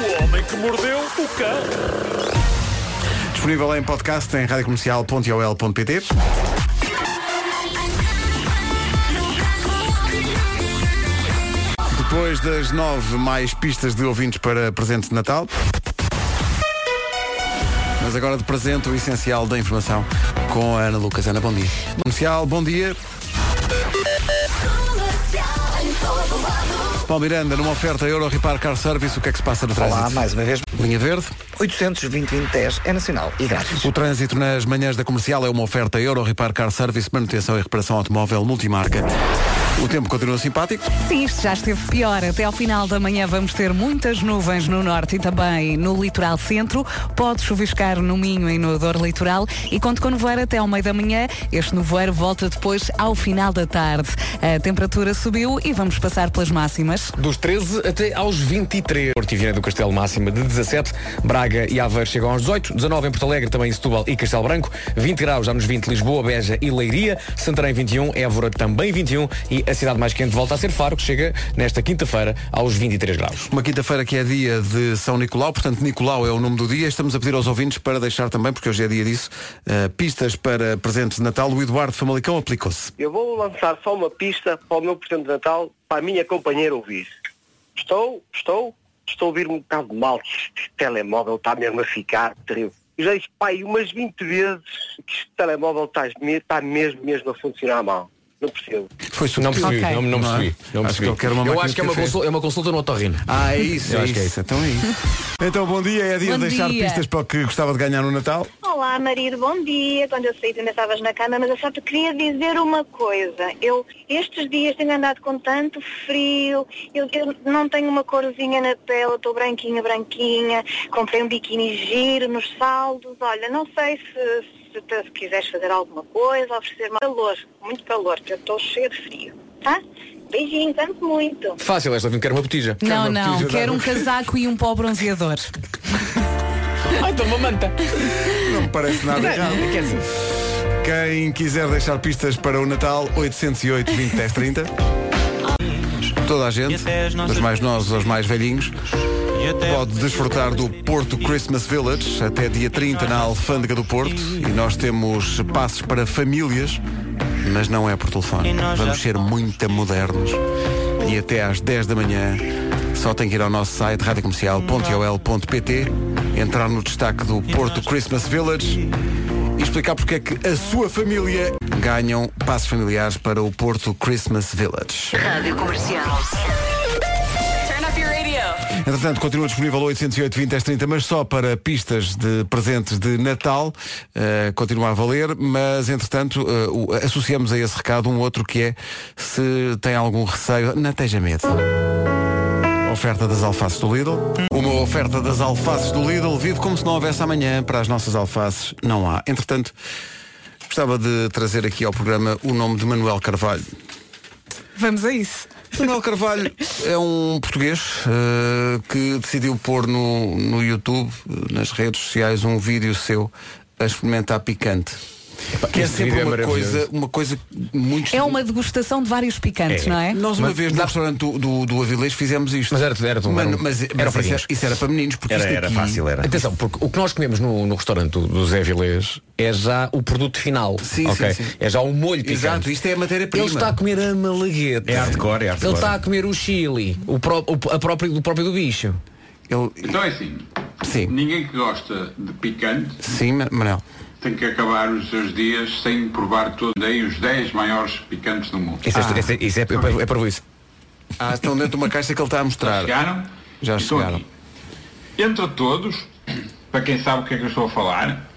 Speaker 5: O homem que mordeu o cão.
Speaker 10: Disponível em podcast em radiocomercial.ol.pt Depois das nove, mais pistas de ouvintes para presente de Natal. Mas agora de presente o essencial da informação com a Ana Lucas. Ana, bom dia. Comercial, bom dia. Paulo Miranda, numa oferta Euro Repar Car Service, o que é que se passa no trânsito?
Speaker 2: Olá, mais uma vez.
Speaker 10: Linha Verde.
Speaker 2: 820-2010 é nacional e grátis.
Speaker 10: O trânsito nas manhãs da comercial é uma oferta Euro Repar Car Service, manutenção e reparação automóvel multimarca. O tempo continua simpático.
Speaker 3: Sim, isto já esteve pior. Até ao final da manhã vamos ter muitas nuvens no norte e também no litoral centro. Pode chuviscar no Minho e no Dor Litoral. E conto com nevoeiro até ao meio da manhã. Este nevoeiro volta depois ao final da tarde. A temperatura subiu e vamos passar pelas máximas.
Speaker 4: Dos 13 até aos 23. Porto e Viana do Castelo máxima de 17. Braga e Aveiro chegam aos 18. 19 em Porto Alegre, também em Setúbal e Castelo Branco. 20 graus já nos 20 Lisboa, Beja e Leiria. Santarém 21. Évora um. também 21. E e a cidade mais quente volta a ser Faro, que chega nesta quinta-feira aos 23 graus.
Speaker 1: Uma quinta-feira que é dia de São Nicolau, portanto Nicolau é o nome do dia. Estamos a pedir aos ouvintes para deixar também, porque hoje é dia disso, eh, pistas para presentes de Natal. O Eduardo Famalicão aplicou-se.
Speaker 15: Eu vou lançar só uma pista para o meu presente de Natal, para a minha companheira ouvir. Estou, estou, estou a ouvir um bocado mal. Este telemóvel está mesmo a ficar terrível. Eu já disse, pai, umas 20 vezes que este telemóvel está, me- está mesmo, mesmo a funcionar mal. Não percebo.
Speaker 1: Foi
Speaker 4: não percebi,
Speaker 15: Ok.
Speaker 4: não,
Speaker 15: Não é?
Speaker 4: não percebi.
Speaker 15: Acho
Speaker 4: Não percebi.
Speaker 15: que ele quer uma
Speaker 4: eu
Speaker 15: máquina
Speaker 4: acho que é
Speaker 15: de
Speaker 4: uma,
Speaker 15: café.
Speaker 4: consulta, é uma consulta no otorrino.
Speaker 1: Ah, é isso,
Speaker 4: Eu
Speaker 1: é
Speaker 4: acho
Speaker 1: isso.
Speaker 4: que é
Speaker 1: Então é isso. Então bom dia, é dia
Speaker 16: Bom
Speaker 1: de deixar
Speaker 16: dia.
Speaker 1: pistas para o que gostava de ganhar no Natal.
Speaker 16: Olá, marido, bom dia. Quando eu saí, tu ainda estavas na cama, mas eu só te queria dizer uma coisa. Eu, estes dias, tenho andado com tanto frio, eu, eu não tenho uma corzinha na pele, eu estou branquinha, branquinha. Comprei um biquíni giro nos saldos. Olha, não sei se, se, te- se quiseres fazer alguma coisa, oferecer-me calor, muito calor, que eu estou cheia de frio, tá? Beijinho, tanto muito.
Speaker 4: Fácil esta, quero uma botija.
Speaker 3: Não,
Speaker 4: Quero uma
Speaker 3: não,
Speaker 4: botija,
Speaker 3: quero um
Speaker 4: dá-me.
Speaker 3: casaco e um pó bronzeador.
Speaker 4: Ah, então uma manta.
Speaker 1: Não me parece nada errado. Quem quiser deixar pistas para o Natal, 808 20 10 30. Toda a gente, dos mais novos aos mais velhinhos, pode desfrutar do Porto Christmas Village até dia 30 na Alfândega do Porto. E nós temos passos para famílias, mas não é por telefone. Vamos ser muito modernos. E até às 10 da manhã só tem que ir ao nosso site radiocomercial.ol.pt, entrar no destaque do Porto Christmas Village e explicar porque é que a sua família ganham passos familiares para o Porto Christmas Village.
Speaker 7: Rádio Comercial. Turn up your radio.
Speaker 1: Entretanto, continua disponível o 808 20 10 30, mas só para pistas de presentes de Natal. Eh, continua a valer, mas entretanto eh, o- associamos a esse recado um outro que é se tem algum receio, não esteja medo. Oferta das alfaces do Lidl. Uma oferta das alfaces do Lidl. Vive como se não houvesse amanhã. Para as nossas alfaces não há. Entretanto, gostava de trazer aqui ao programa o nome de Manuel Carvalho.
Speaker 3: Vamos a isso.
Speaker 1: Manuel Carvalho é um português eh, que decidiu pôr no, no YouTube, eh, nas redes sociais, um vídeo seu a experimentar picante. Que é
Speaker 4: este
Speaker 1: sempre
Speaker 4: vídeo é
Speaker 1: uma,
Speaker 4: maravilhoso.
Speaker 1: coisa, uma coisa muito
Speaker 3: É uma degustação de vários picantes,
Speaker 1: É.
Speaker 3: não é?
Speaker 1: Nós uma vez no restaurante do, do, do Avilés fizemos isto. Mas era, era,
Speaker 4: Então,
Speaker 1: mas,
Speaker 4: um-
Speaker 1: mas
Speaker 4: para
Speaker 1: isso,
Speaker 4: meninos.
Speaker 1: era, isso era para meninos, porque isto aqui-
Speaker 4: Atenção, porque o que nós comemos no, no restaurante do, do Zé Vilés é já o produto final.
Speaker 1: Sim,
Speaker 4: ok?
Speaker 1: sim, sim.
Speaker 4: É já o molho picante.
Speaker 1: Exato, isto é a matéria-prima.
Speaker 4: Ele está a comer a malagueta.
Speaker 11: É hardcore, é hardcore.
Speaker 4: Ele está a comer o chili, o, pró o, a próprio, o próprio do bicho.
Speaker 17: Então é assim. Ninguém que gosta de picante
Speaker 1: Sim, Ma- Manel.
Speaker 17: tem que acabar os seus dias sem provar todos aí os 10 maiores picantes do mundo.
Speaker 1: Isso é- Ah. isso é- isso é- é- é
Speaker 4: para isso.
Speaker 1: Ah, estão dentro de uma caixa que ele está a mostrar.
Speaker 17: Chegaram?
Speaker 1: Já
Speaker 17: Estão
Speaker 1: chegaram.
Speaker 17: aqui. Entre todos, para quem sabe o que é que eu estou a falar,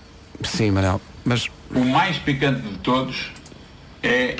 Speaker 1: Sim, Manel. Mas
Speaker 17: o mais picante de todos é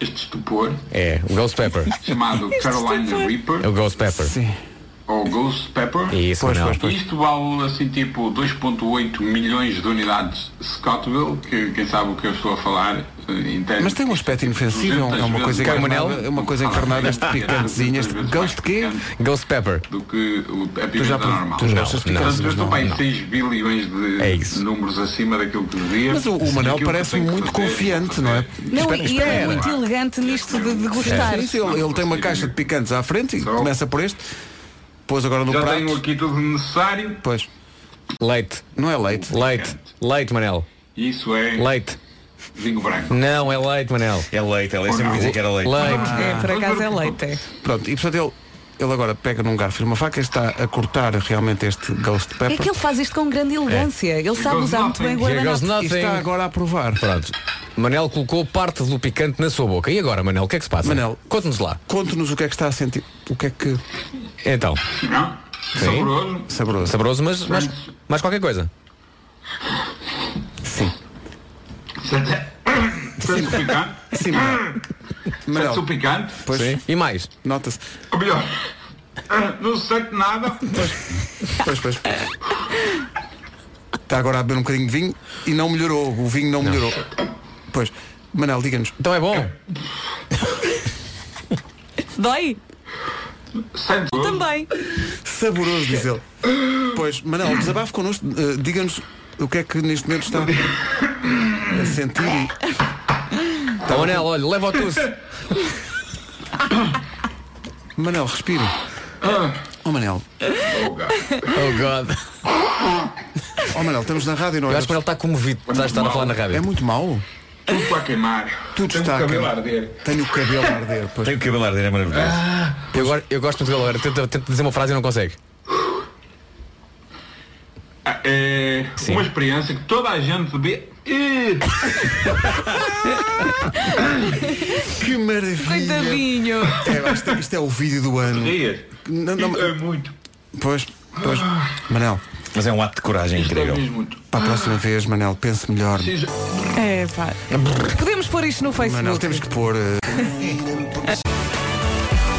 Speaker 17: este estupor
Speaker 4: É, o Ghost Pepper.
Speaker 17: chamado Carolina Reaper.
Speaker 4: É o Ghost Pepper. É
Speaker 17: Ou Ghost Pepper.
Speaker 4: Isso, Pois, Manuel. pois, pois.
Speaker 17: Isto vale assim tipo 2.8 milhões de unidades Scottville, que quem sabe o que eu estou a falar eh, entende.
Speaker 1: Mas tem um aspecto inofensivo, é um- é uma coisa encarnada, é uma coisa encarnada este picantezinho, este ghost quê?
Speaker 4: Ghost pepper.
Speaker 17: Do que o- a
Speaker 1: Tu
Speaker 17: pimenta
Speaker 1: já prov-
Speaker 17: normal.
Speaker 1: tu já gostas de
Speaker 17: Portanto,
Speaker 1: picantes,
Speaker 17: eu
Speaker 1: mas
Speaker 17: estou
Speaker 1: não-
Speaker 17: para aí
Speaker 1: não.
Speaker 17: 6 bilhões
Speaker 4: é
Speaker 17: de números acima daquilo que devia.
Speaker 1: Mas o, o Manel parece muito confiante, não é?
Speaker 3: Não,
Speaker 1: Espera-
Speaker 3: e ele é
Speaker 1: espera.
Speaker 3: muito elegante nisto de degustar.
Speaker 1: Sim, sim, ele, ele tem uma caixa de picantes à frente e começa por este, pôs agora no
Speaker 17: Já
Speaker 1: prato.
Speaker 17: tenho aqui tudo necessário.
Speaker 1: Pois.
Speaker 4: Leite.
Speaker 1: Não é leite.
Speaker 4: Leite. Leite, Manel.
Speaker 17: Isso é.
Speaker 4: Leite.
Speaker 17: Vinho branco.
Speaker 4: Não, é leite, Manel.
Speaker 11: É leite, é leite.
Speaker 4: Sempre
Speaker 11: dizia que era leite.
Speaker 3: É,
Speaker 1: Ah.
Speaker 3: por acaso é leite. é.
Speaker 1: Pronto, e portanto ele, ele agora pega num garfo e uma faca e está a cortar realmente este ghost
Speaker 3: É
Speaker 1: pepper.
Speaker 3: que ele faz isto com grande
Speaker 1: É.
Speaker 3: elegância. Ele sabe usar muito bem o guardanapo.
Speaker 1: agora a provar.
Speaker 4: Pronto. Manel colocou parte do picante na sua boca. E agora, Manel, o que é que se passa? Manel, conte-nos lá.
Speaker 1: Conte-nos o que é que está a sentir. O que é que.
Speaker 4: Então.
Speaker 17: Não?
Speaker 4: Sim.
Speaker 17: Saboroso.
Speaker 1: Saboroso.
Speaker 4: Saboroso, mas, mas, mas qualquer coisa.
Speaker 1: Sim.
Speaker 17: Sente o picante?
Speaker 1: Sim,
Speaker 17: Sente o picante?
Speaker 1: Pois.
Speaker 4: E mais?
Speaker 1: Nota-se.
Speaker 17: Ou melhor, não sente nada.
Speaker 1: Pois, pois. Está agora a beber um bocadinho de vinho e não melhorou. O vinho não, melhorou. Pois. Manel, diga-nos.
Speaker 4: Então é bom?
Speaker 3: Dói?
Speaker 17: Saboroso.
Speaker 3: Também.
Speaker 1: Saboroso, diz ele. Pois, Manel, desabafo connosco. Eh, diga-nos o que é que neste momento está a sentir. e-
Speaker 4: Tá Manel, olha, leva o tuço.
Speaker 1: Manel, respira.
Speaker 17: Ah.
Speaker 1: Oh Manel.
Speaker 17: Oh, God.
Speaker 4: Oh God.
Speaker 1: Oh Manel, estamos na rádio, não é?
Speaker 4: Eu acho que o Manel está comovido. Estás estar a falar na rádio.
Speaker 1: É muito mau.
Speaker 17: Tudo está a queimar.
Speaker 1: Tudo
Speaker 17: Tenho
Speaker 1: está
Speaker 17: o cabelo
Speaker 1: a
Speaker 17: a
Speaker 1: queimar.
Speaker 17: arder.
Speaker 1: Tenho o cabelo a arder. Pois.
Speaker 11: Tem o cabelo a arder, é maravilhoso.
Speaker 1: Ah.
Speaker 4: Eu, agora- eu gosto muito dele agora. Tento, tento dizer uma frase e não consegue.
Speaker 17: É uma experiência que toda a gente vê. Ih!
Speaker 1: Que maravilha.
Speaker 3: Coitadinho.
Speaker 1: É, isto, isto é o vídeo do ano.
Speaker 17: Rir.
Speaker 1: Não, não,
Speaker 17: É muito.
Speaker 1: pois, pois. Manel,
Speaker 11: Mas é um ato de coragem incrível.
Speaker 1: para a próxima vez, Manel, pense melhor.
Speaker 3: É, pá. Podemos pôr isto no Facebook.
Speaker 1: Manel, temos que pôr. eh,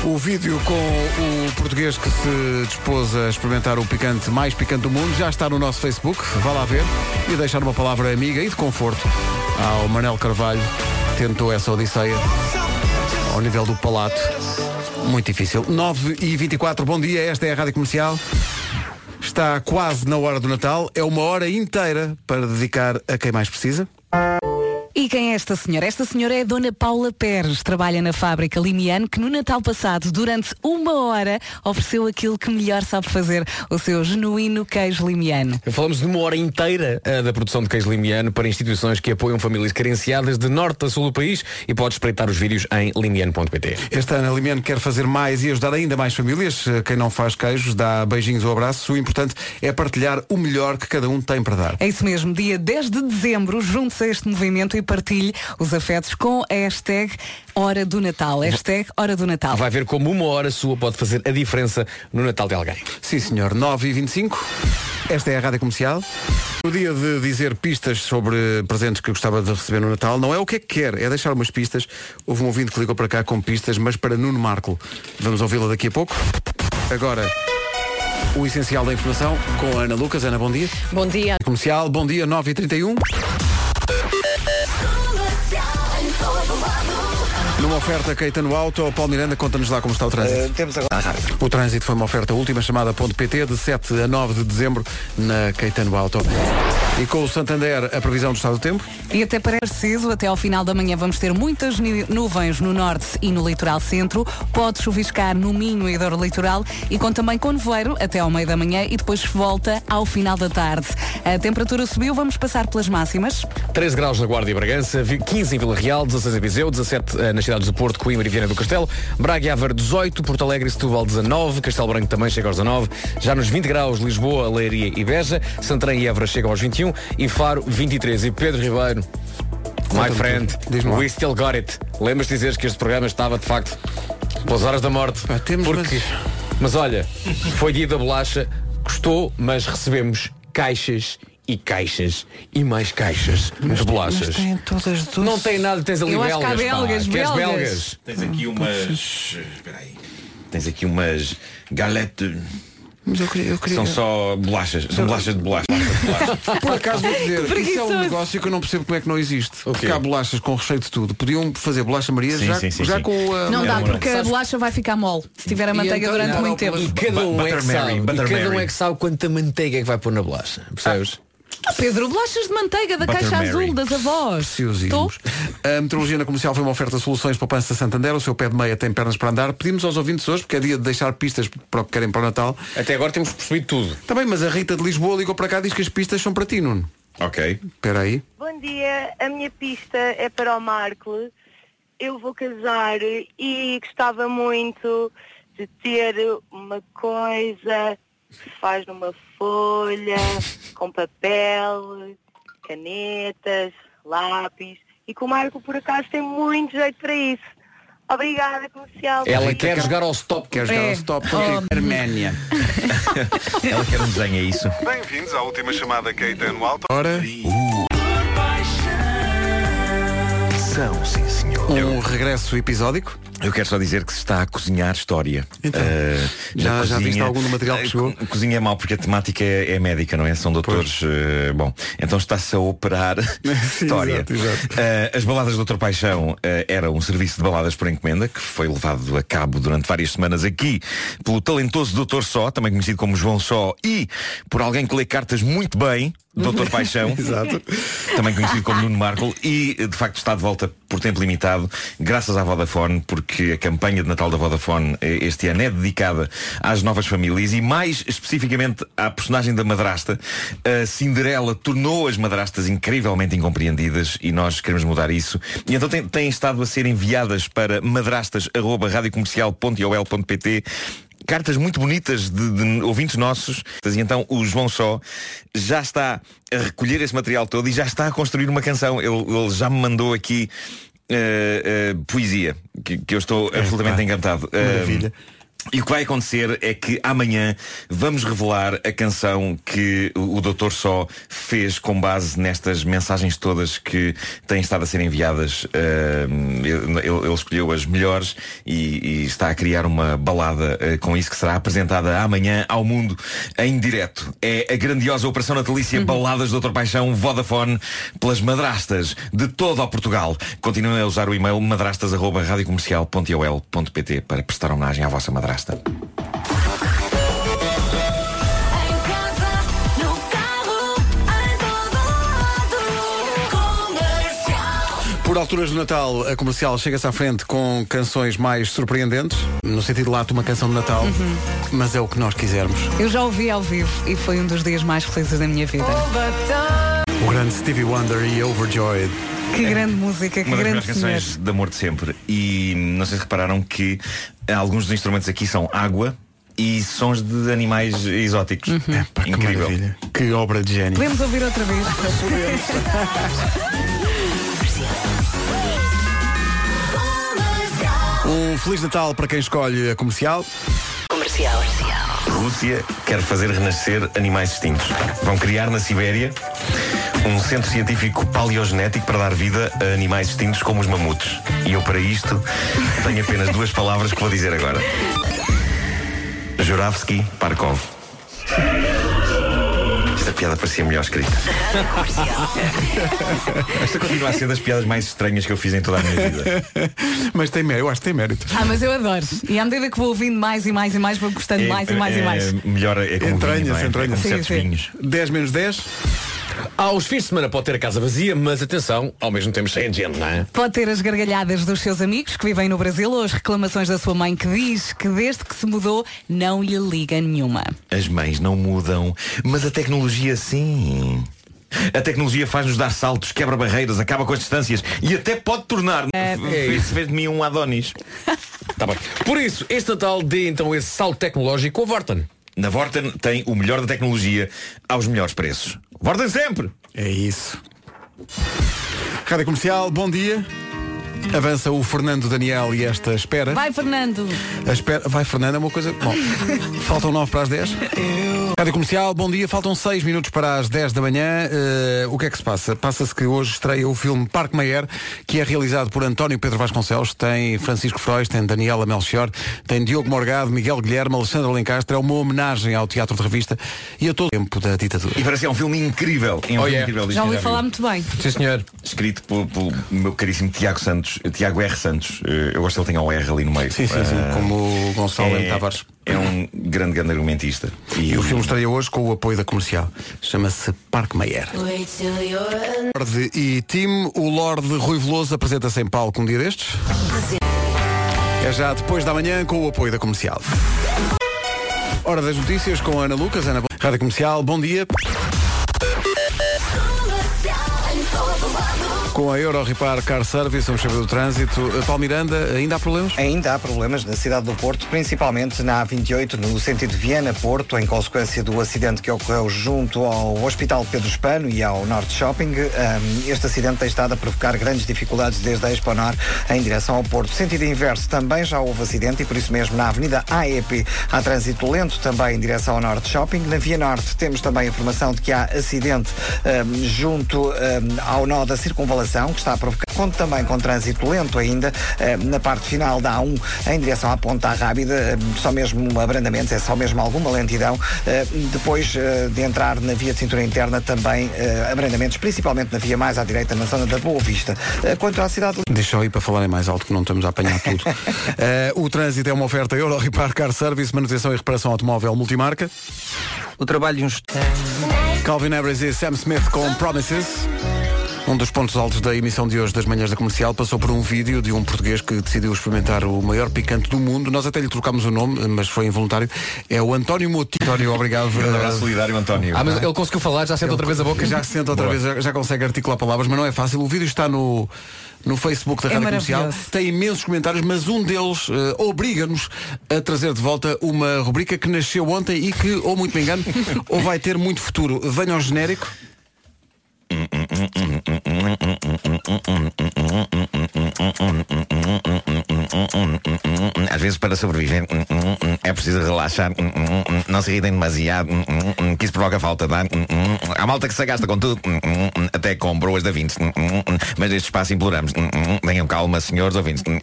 Speaker 1: O vídeo com o português que se dispôs a experimentar o picante mais picante do mundo já está no nosso Facebook. Vá lá ver e deixar uma palavra amiga e de conforto ao Manel Carvalho. Tentou essa odisseia ao nível do palato. Muito difícil. 9 e 24 bom dia. Esta é a Rádio Comercial. Está quase na hora do Natal. É uma hora inteira para dedicar a quem mais precisa.
Speaker 3: E quem é esta senhora? Esta senhora é a Dona Paula Pérez, trabalha na fábrica Limiano, que no Natal passado, durante uma hora, ofereceu aquilo que melhor sabe fazer, o seu genuíno queijo limiano.
Speaker 4: Falamos de uma hora inteira ah, da produção de queijo limiano para instituições que apoiam famílias carenciadas de norte a sul do país e podes espreitar os vídeos em limiano.pt.
Speaker 1: Este ano a Limiano quer fazer mais e ajudar ainda mais famílias. Eh, Quem não faz queijos dá beijinhos ou abraços. O importante é partilhar o melhor que cada um tem para dar.
Speaker 3: É isso mesmo, dia 10 de dezembro, junte-se a este movimento e partilhe os afetos com a hashtag Hora do Natal. Hashtag Hora do Natal.
Speaker 4: Ah, Vai ver como uma hora sua pode fazer a diferença no Natal de alguém.
Speaker 1: Sim, senhor. 9 e 25. Esta é a Rádio Comercial. O dia de dizer pistas sobre presentes que gostava de receber no Natal não é o que é que quer, é deixar umas pistas. Houve um ouvinte que ligou para cá com pistas, mas para Nuno Marco. Vamos ouvi-la daqui a pouco. Agora, o essencial da informação com a Ana Lucas. Ana, bom dia.
Speaker 6: Bom dia.
Speaker 1: Comercial, bom dia, 9 e 31 Numa oferta Caetano Auto, Paulo Miranda, conta-nos lá como está o trânsito.
Speaker 2: Eh, temos
Speaker 11: Ah,
Speaker 2: agora.
Speaker 11: É.
Speaker 1: O trânsito foi uma oferta última chamada .pt de 7 a 9 de dezembro na Caetano Auto. E com o Santander, a previsão do estado do tempo?
Speaker 3: E até parece preciso, até ao final da manhã vamos ter muitas ni- nuvens no norte e no litoral centro. Pode chuviscar no Minho e Douro Litoral e com também com nevoeiro até ao meio da manhã e depois volta ao final da tarde. A temperatura subiu, vamos passar pelas máximas.
Speaker 4: 13 graus na Guarda e Bragança, vi- 15 em Vila Real, 16 em Viseu, 17 eh, nas cidades do Porto, Coimbra e Viana do Castelo, Braga e Aveiro 18, Porto Alegre e Setúbal 19, Castelo Branco também chega aos 19, já nos 20 graus Lisboa, Leiria e Beja, Santarém e Évora chegam aos 21 e Faro 23 e Pedro Ribeiro. My
Speaker 1: Conta-me
Speaker 4: friend,
Speaker 1: tudo. Diz-me lá.
Speaker 4: we still got it. Lembras de dizeres que este programa estava de facto pelas horas da morte.
Speaker 1: temos,
Speaker 4: porque... mas... olha, foi dia da bolacha, custou, mas recebemos caixas e caixas e mais caixas de bolachas.
Speaker 1: todas
Speaker 4: Não tem nada, tens ali
Speaker 3: Eu acho que há
Speaker 4: belgas. pá.
Speaker 3: belgas,
Speaker 4: Queres
Speaker 3: belgas.
Speaker 4: belgas?
Speaker 11: Tens aqui umas. Espera aí. Tens aqui umas galete.
Speaker 1: Mas eu queria, eu queria-
Speaker 11: São só bolachas. São bolachas de bolacha.
Speaker 1: Por acaso vou dizer, isso é um negócio que eu não percebo como é que não existe. Porque há bolachas com recheio de tudo. Podiam fazer bolacha Maria
Speaker 11: Sim,
Speaker 1: já,
Speaker 11: sim, sim,
Speaker 1: já
Speaker 11: sim.
Speaker 1: com ah, a.
Speaker 3: Não dá,
Speaker 11: Não, não.
Speaker 3: porque a bolacha vai ficar mole se tiver a manteiga
Speaker 1: então,
Speaker 3: durante
Speaker 1: não,
Speaker 3: muito tempo.
Speaker 4: E cada um, é que
Speaker 11: Butter Mary,
Speaker 4: sabe, e
Speaker 11: Butter
Speaker 4: cada um
Speaker 11: Mary.
Speaker 4: é que sabe quanta manteiga é que vai pôr na bolacha. Percebes?
Speaker 3: Ah, Pedro, bolachas de manteiga da
Speaker 11: Butter
Speaker 3: caixa
Speaker 11: Mary.
Speaker 3: azul das avós. Estou?
Speaker 1: Preciosinhos. A meteorologia na comercial foi uma oferta de soluções para Pança Santander. O seu pé de meia tem pernas para andar. Pedimos aos ouvintes hoje, porque é dia de deixar pistas para o que querem para o Natal.
Speaker 4: Até agora temos percebido tudo.
Speaker 1: Também, mas a Rita de Lisboa ligou para cá e diz que as pistas são para ti, Nuno.
Speaker 11: Ok.
Speaker 1: Espera aí.
Speaker 16: Bom dia, a minha pista é para o Marco. Eu vou casar e gostava muito de ter uma coisa que se faz numa folha, com papel, canetas, lápis. E que o Marco, por acaso, tem muito jeito para isso. Obrigada, comercial.
Speaker 4: Ela
Speaker 1: Rita
Speaker 4: quer
Speaker 1: quer-
Speaker 4: jogar ao stop.
Speaker 1: Quer jogar
Speaker 3: É.
Speaker 1: ao stop contigo? Arménia.
Speaker 11: Ela quer um desenho, é isso?
Speaker 10: Bem-vindos à última chamada Caetano Alto.
Speaker 1: Ora,
Speaker 11: São, sim, senhor.
Speaker 1: um regresso episódico.
Speaker 11: Eu quero só dizer que se está a cozinhar história.
Speaker 1: Então,
Speaker 11: Eh,
Speaker 1: já- já viste algum do material que
Speaker 11: eh,
Speaker 1: chegou?
Speaker 11: co- Cozinha é mal porque a temática é, é médica, não é? São doutores. eh, bom, então está-se a operar história.
Speaker 1: exato, exato.
Speaker 11: Eh, as baladas do Doutor Paixão eh, era um serviço de baladas por encomenda que foi levado a cabo durante várias semanas aqui pelo talentoso Doutor Só, também conhecido como João Só, e por alguém que lê cartas muito bem. Doutor Paixão,
Speaker 10: Exato.
Speaker 11: também conhecido como Nuno Marco, e de facto está de volta por tempo limitado, graças à Vodafone, porque a campanha de Natal da Vodafone eh, este ano é dedicada às novas famílias e mais especificamente à personagem da madrasta. A Cinderela tornou as madrastas incrivelmente incompreendidas e nós queremos mudar isso. E então têm, têm estado a ser enviadas para madrastas.radiocomercial.iol.pt cartas muito bonitas de, de ouvintes nossos. E então o João Só já está a recolher esse material todo e já está a construir uma canção. Ele, ele já me mandou aqui eh, eh, poesia, que, que eu estou absolutamente encantado. Maravilha. e o que vai acontecer é que amanhã vamos revelar a canção que o Doutor Só fez com base nestas mensagens todas que têm estado a ser enviadas. Eh, ele, ele escolheu as melhores e, e está a criar uma balada eh, com isso que será apresentada amanhã ao mundo em direto. É a grandiosa Operação Natalícia Baladas do Dr. Paixão Vodafone pelas madrastas de todo o Portugal. Continuem a usar o e-mail madrastas.radiocomercial.ol.pt para prestar homenagem à vossa madrasta.
Speaker 1: Por alturas do Natal, a comercial chega-se à frente com canções mais surpreendentes, no sentido lato uma canção de Natal,
Speaker 3: Uhum.
Speaker 1: mas é o que nós quisermos.
Speaker 3: Eu já ouvi ao vivo e foi um dos dias mais felizes da minha vida.
Speaker 1: O grande Stevie Wonder e Overjoyed.
Speaker 3: Que grande música, que
Speaker 11: Uma das
Speaker 3: grande
Speaker 11: melhores
Speaker 3: senhor.
Speaker 11: canções de amor de sempre. E não sei se repararam que eh, alguns dos instrumentos aqui são água e sons de animais exóticos.
Speaker 3: Uhum.
Speaker 11: Incrível.
Speaker 1: Que obra de gênio.
Speaker 3: Podemos ouvir outra vez?
Speaker 1: Um Feliz Natal para quem escolhe a comercial.
Speaker 11: Comercial. Rússia quer fazer renascer animais extintos. Vão criar na Sibéria um centro científico paleogenético para dar vida a animais extintos como os mamutos. E eu para isto tenho apenas duas palavras que vou dizer agora. Juravski Parkov. Esta piada parecia melhor escrita. Esta continua a ser é das piadas mais estranhas que eu fiz em toda a minha vida.
Speaker 1: Mas tem mérito, eu acho que tem mérito.
Speaker 3: Ah, mas eu adoro. E à medida que vou ouvindo mais e mais e mais, vou gostando mais e mais e mais.
Speaker 4: eh,
Speaker 11: Melhor é
Speaker 1: como entranhas,
Speaker 11: não é? É
Speaker 1: entranhas.
Speaker 11: como certos Sim, sim. vinhos.
Speaker 1: 10 menos 10.
Speaker 4: Aos fins de semana pode ter a casa vazia, mas atenção, ao mesmo tempo cheia de gente, não é?
Speaker 3: Pode ter as gargalhadas dos seus amigos que vivem no Brasil ou as reclamações da sua mãe que diz que desde que se mudou não lhe liga nenhuma.
Speaker 11: As mães não mudam, mas a tecnologia sim. A tecnologia faz-nos dar saltos, quebra barreiras, acaba com as distâncias e até pode tornar
Speaker 4: É. É
Speaker 11: fez,
Speaker 4: isso.
Speaker 11: fez de mim um Adonis.
Speaker 4: Tá bem. Por isso, este Natal dê então esse salto tecnológico a Vorten.
Speaker 11: Na Vorten tem o melhor da tecnologia aos melhores preços. Vorten sempre!
Speaker 1: É isso. Rádio Comercial, bom dia. Avança o Fernando Daniel e esta espera.
Speaker 3: Vai, Fernando!
Speaker 1: A espera... Vai, Fernando, é uma coisa. Bom, faltam 9 para as 10. Rádio Comercial, bom dia. Faltam 6 minutos para as 10 da manhã. Eh, o que é que se passa? Passa-se que hoje estreia o filme Parque Mayer, que é realizado por António Pedro Vasconcelos. Tem Francisco Frois, tem Daniela Melchior, tem Diogo Morgado, Miguel Guilherme, Alexandre Lencastre. É uma homenagem ao teatro de revista e a todo o tempo da ditadura.
Speaker 11: E parece que é um filme incrível. É um filme incrível diz
Speaker 3: Já
Speaker 11: quem
Speaker 3: ouvi
Speaker 11: viu.
Speaker 3: falar muito bem.
Speaker 11: Sim, senhor. Escrito pelo, pelo meu caríssimo Tiago Santos, Tiago R. Santos. Eh, Eu gosto que ele tenha um R ali no meio. Sim,
Speaker 1: sim, sim. Como o Gonçalo M. Tavares.
Speaker 11: É um grande, grande argumentista.
Speaker 1: E o filme estreia hoje com o apoio da comercial. Chama-se Parque Mayer. Lorde e Tim, o Lorde Rui Veloso apresenta-se em palco um dia destes. É já depois da manhã com o apoio da comercial. Hora das notícias com a Ana Lucas, Ana Bo- Rádio Comercial, bom dia. Com a Euro Repar Car Service, vamos saber do trânsito. Paulo Miranda, ainda há problemas?
Speaker 2: Ainda há problemas na cidade do Porto, principalmente na A28, no sentido Viana-Porto, em consequência do acidente que ocorreu junto ao Hospital Pedro Espano e ao Norte Shopping. Ahm, este acidente tem estado a provocar grandes dificuldades desde a Exponor em direção ao Porto. Sentido inverso, também já houve acidente e por isso mesmo na Avenida AEP há trânsito lento também em direção ao Norte Shopping. Na Via Norte temos também informação de que há acidente ahm, junto ahm, ao nó da circunvalação, que está a provocar, conta também com trânsito lento ainda ahm, na parte final da A1 em direção à Ponta Rábida, ahm, só mesmo abrandamentos, é só mesmo alguma lentidão. Ahm, depois ah, de entrar na via de cintura interna também ah, abrandamentos, principalmente na via mais à direita, na zona da Boa Vista. Ah, quanto à cidade
Speaker 1: Deixa eu ir para falarem mais alto que não estamos a apanhar tudo. Eh, o trânsito é uma oferta Euro Repar Car Service, manutenção e reparação automóvel multimarca.
Speaker 18: O trabalho de uns.
Speaker 1: Calvin Harris e Sam Smith com Promises. Um dos pontos altos da emissão de hoje das manhãs da comercial passou por um vídeo de um português que decidiu experimentar o maior picante do mundo. Nós até lhe trocámos o nome, mas foi involuntário. É o António Moutinho. Um António, obrigado. eh,
Speaker 11: Grande abraço solidário, António. Ah, mas ele
Speaker 1: conseguiu falar, já senta outra vez a boca. Já senta outra
Speaker 11: Boa.
Speaker 1: vez, já, já consegue articular palavras, mas não é fácil. O vídeo está no. No Facebook da
Speaker 3: É
Speaker 1: Rádio
Speaker 3: maravilhoso.
Speaker 1: Comercial tem imensos comentários, mas um deles eh, obriga-nos a trazer de volta uma rubrica que nasceu ontem e que, ou muito me engano, ou vai ter muito futuro. Venha ao genérico.
Speaker 11: um, Às vezes para sobreviver é preciso relaxar, um, não se irritem demasiado, um, que isso provoca falta um, de ar. Há malta que se gasta com tudo, um, até com broas um, da 20. Mas neste espaço imploramos. um, Tenham calma, senhores ouvintes. um,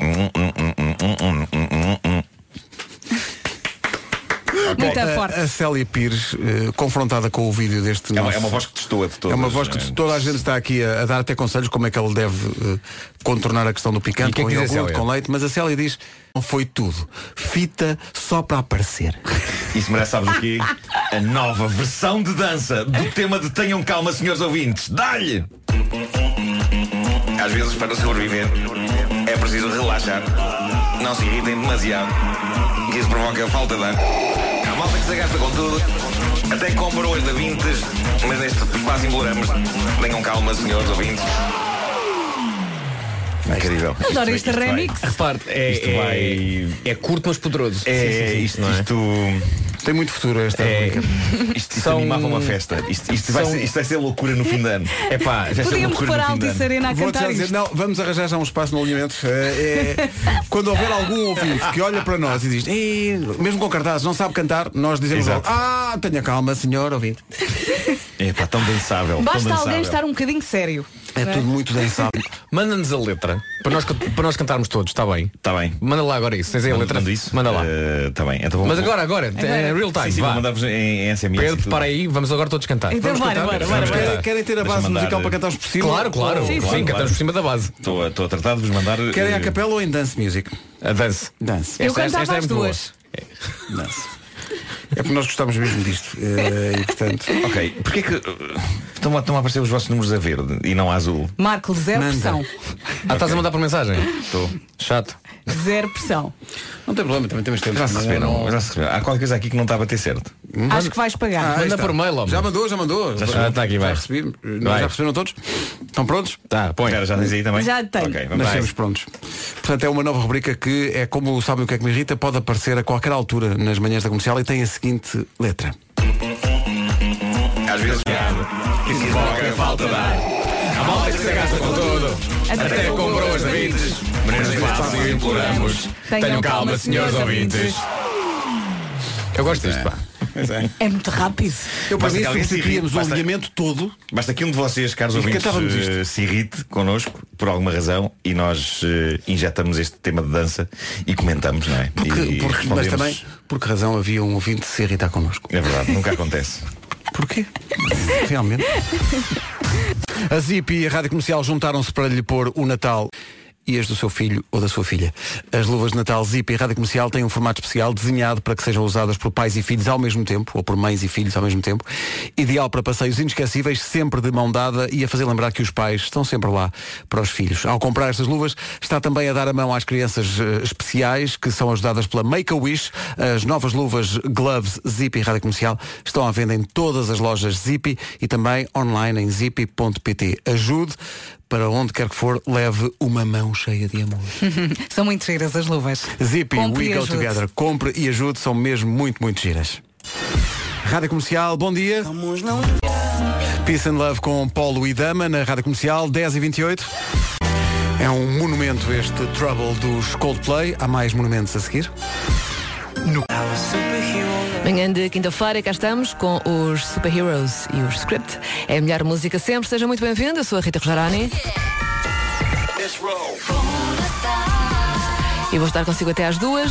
Speaker 1: Ok.
Speaker 11: Eh,
Speaker 1: A- A, Célia Pires, eh, confrontada com o vídeo deste
Speaker 11: É uma,
Speaker 1: nosso-
Speaker 11: é uma voz que destoa de todas.
Speaker 1: É uma voz que
Speaker 11: não é?
Speaker 1: toda a gente está aqui a, a dar até conselhos como é que ele deve eh, contornar a questão do
Speaker 11: E o
Speaker 1: picante
Speaker 11: que é
Speaker 1: com
Speaker 11: que diz a
Speaker 1: iogurte,
Speaker 11: Célia?
Speaker 1: com leite, mas a Célia diz, não foi tudo. Fita só para aparecer.
Speaker 11: Isso merece, sabes o quê? A nova versão de dança do tema de Tenham Calma, senhores ouvintes. Dá-lhe! Às vezes, para sobreviver, é preciso relaxar. Não se irritem demasiado. que Isso provoca falta de ar. A malta que se gasta com tudo, até com broas da vintes, mas neste espaço embolamos. Tenham calma, senhores ouvintes. Incrível. é
Speaker 3: Adoro este remix.
Speaker 11: Reparte, é, isto vai... é curto, mas poderoso. É,
Speaker 4: Sim, sim, sim,
Speaker 11: isto,
Speaker 4: não é?
Speaker 11: isto
Speaker 1: tem muito futuro esta
Speaker 11: é, isto, isto
Speaker 4: São-
Speaker 11: animava uma festa. Isto, isto vai
Speaker 4: são-
Speaker 11: ser, isto vai ser loucura no fim de ano. É pá, vai ser
Speaker 3: Podíamos
Speaker 11: loucura no
Speaker 3: parar
Speaker 11: fim
Speaker 3: Aldi
Speaker 11: de ano.
Speaker 3: Serena a
Speaker 1: Vou-te já
Speaker 3: cantar
Speaker 1: dizer,
Speaker 3: isto.
Speaker 1: não, vamos arranjar já um espaço no alinhamento. Eh, eh, quando houver algum ouvinte que olha para nós e diz, "Ih", mesmo com cartazes, não sabe cantar, nós dizemos logo,
Speaker 11: Exato.
Speaker 1: ah, tenha calma, senhor ouvinte.
Speaker 11: É pá, tão dançável.
Speaker 3: Basta
Speaker 11: tão
Speaker 3: alguém
Speaker 11: dançável.
Speaker 3: estar um bocadinho sério. não
Speaker 1: É muito dançável.
Speaker 4: Manda-nos a letra para nós, para nós cantarmos todos, está bem?
Speaker 11: Está Tá bem.
Speaker 4: Manda lá agora isso. Tens aí a
Speaker 11: Mando-
Speaker 4: letra?
Speaker 11: mando isso?
Speaker 4: Manda lá.
Speaker 11: Está bem. Então vou-
Speaker 4: Mas agora, agora,
Speaker 11: Agora.
Speaker 4: é real time.
Speaker 11: Sim, sim,
Speaker 4: vá.
Speaker 11: vou um mandar-vos em- em SMS e
Speaker 4: Pedro,
Speaker 11: tudo.
Speaker 4: para aí, vamos agora todos cantar.
Speaker 1: Então
Speaker 4: Vamos
Speaker 1: bora,
Speaker 4: cantar?
Speaker 1: bora,
Speaker 4: Vamos
Speaker 1: bora,
Speaker 4: cantar.
Speaker 1: bora. Querem ter a
Speaker 11: Deixa-me
Speaker 1: base
Speaker 11: mandar-
Speaker 1: musical para cantarmos por cima?
Speaker 4: Claro, claro.
Speaker 1: Sim,
Speaker 4: Sim,
Speaker 1: sim.
Speaker 4: cantamos por cima da base.
Speaker 11: Estou a, estou a tratar de vos mandar.
Speaker 1: Querem a
Speaker 11: eh,
Speaker 1: capela ou em dance music?
Speaker 4: A dance.
Speaker 1: Dance.
Speaker 3: Eu cantava
Speaker 4: é
Speaker 3: as
Speaker 1: muito boa.
Speaker 3: duas.
Speaker 1: É. Dance. É porque nós gostamos mesmo disto. eh, e portanto.
Speaker 11: Ok, porquê que. eh, Estão a, estão a aparecer os vossos números a verde e não a azul.
Speaker 3: Marco, zero
Speaker 11: Manda.
Speaker 3: pressão.
Speaker 11: Ah,
Speaker 4: estás a mandar por mensagem?
Speaker 11: Estou.
Speaker 4: Chato.
Speaker 3: Zero pressão.
Speaker 1: Não tem problema, também temos tempo.
Speaker 11: Já se receberam. Já se receberam. Há qualquer coisa aqui que não está a bater certo.
Speaker 3: Acho que vais pagar.
Speaker 1: aí está. Já mandou, já mandou.
Speaker 11: Já chegou? Ah, tá aqui, vai.
Speaker 1: Já recebi. Não,
Speaker 11: Vai.
Speaker 1: Já receberam todos? Estão prontos?
Speaker 4: Tá, põe.
Speaker 11: Espera, já tens aí também? Já tenho. Ah, Ok, vamos lá.
Speaker 1: Nascemos prontos. Portanto, é uma nova rubrica que é como sabem o que é que me irrita, pode aparecer a qualquer altura nas manhãs da comercial e tem a seguinte letra.
Speaker 11: Às vezes. Isso provoca falta de ar. A malta que se gasta com tudo.
Speaker 4: Até Até com com broas de vintes.
Speaker 11: Menos
Speaker 4: espaço e imploramos. Tenham Tenham calma, calma, senhores senhores ouvintes. ouvintes. Eu gosto disto, pá.
Speaker 3: É muito rápido.
Speaker 1: Eu
Speaker 11: Basta
Speaker 1: pensei
Speaker 11: que alguém
Speaker 1: que
Speaker 11: se
Speaker 1: substituíamos
Speaker 11: irrite,
Speaker 1: o
Speaker 11: basta-
Speaker 1: alinhamento todo.
Speaker 11: Basta que um de vocês, caros
Speaker 1: E
Speaker 11: ouvintes,
Speaker 1: cantávamos
Speaker 11: eh, se irrite connosco por alguma razão e nós eh, injetamos este tema de dança e comentamos, não é?
Speaker 1: Porque-
Speaker 11: e, e
Speaker 1: porque- mas
Speaker 11: respondemos.
Speaker 1: também, por que razão havia um ouvinte de se irritar connosco?
Speaker 11: É verdade, nunca acontece.
Speaker 1: Porquê? Realmente. A Zip e a Rádio Comercial juntaram-se para lhe pôr o Natal e as do seu filho ou da sua filha. As luvas de Natal Zip e Rádio Comercial têm um formato especial desenhado para que sejam usadas por pais e filhos ao mesmo tempo, ou por mães e filhos ao mesmo tempo. Ideal para passeios inesquecíveis, sempre de mão dada e a fazer lembrar que os pais estão sempre lá para os filhos. Ao comprar estas luvas, está também a dar a mão às crianças eh, especiais que são ajudadas pela Make-A-Wish. As novas luvas Gloves Zip e Rádio Comercial estão à venda em todas as lojas Zip e também online em zip.pt. Ajude para onde quer que for, leve uma mão cheia de amor.
Speaker 3: São muito giras as luvas.
Speaker 1: Zip,
Speaker 3: Compre
Speaker 1: we
Speaker 3: e
Speaker 1: go
Speaker 3: ajude.
Speaker 1: together. Compre e ajude, são mesmo muito, muito giras. Rádio Comercial, bom dia. Peace and Love com Paulo e Dama na Rádio Comercial, 10 e 28. É um monumento este Trouble dos Coldplay. Há mais monumentos a seguir. No...
Speaker 18: Manhã de quinta-feira, cá estamos com os Superheroes e o Script. É a melhor música sempre. Seja muito bem-vindo. Eu sou a Rita Rogerani e vou estar consigo até às duas.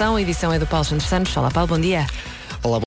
Speaker 18: A edição é do Paulo Santos Santos. Olá, Paulo, bom dia.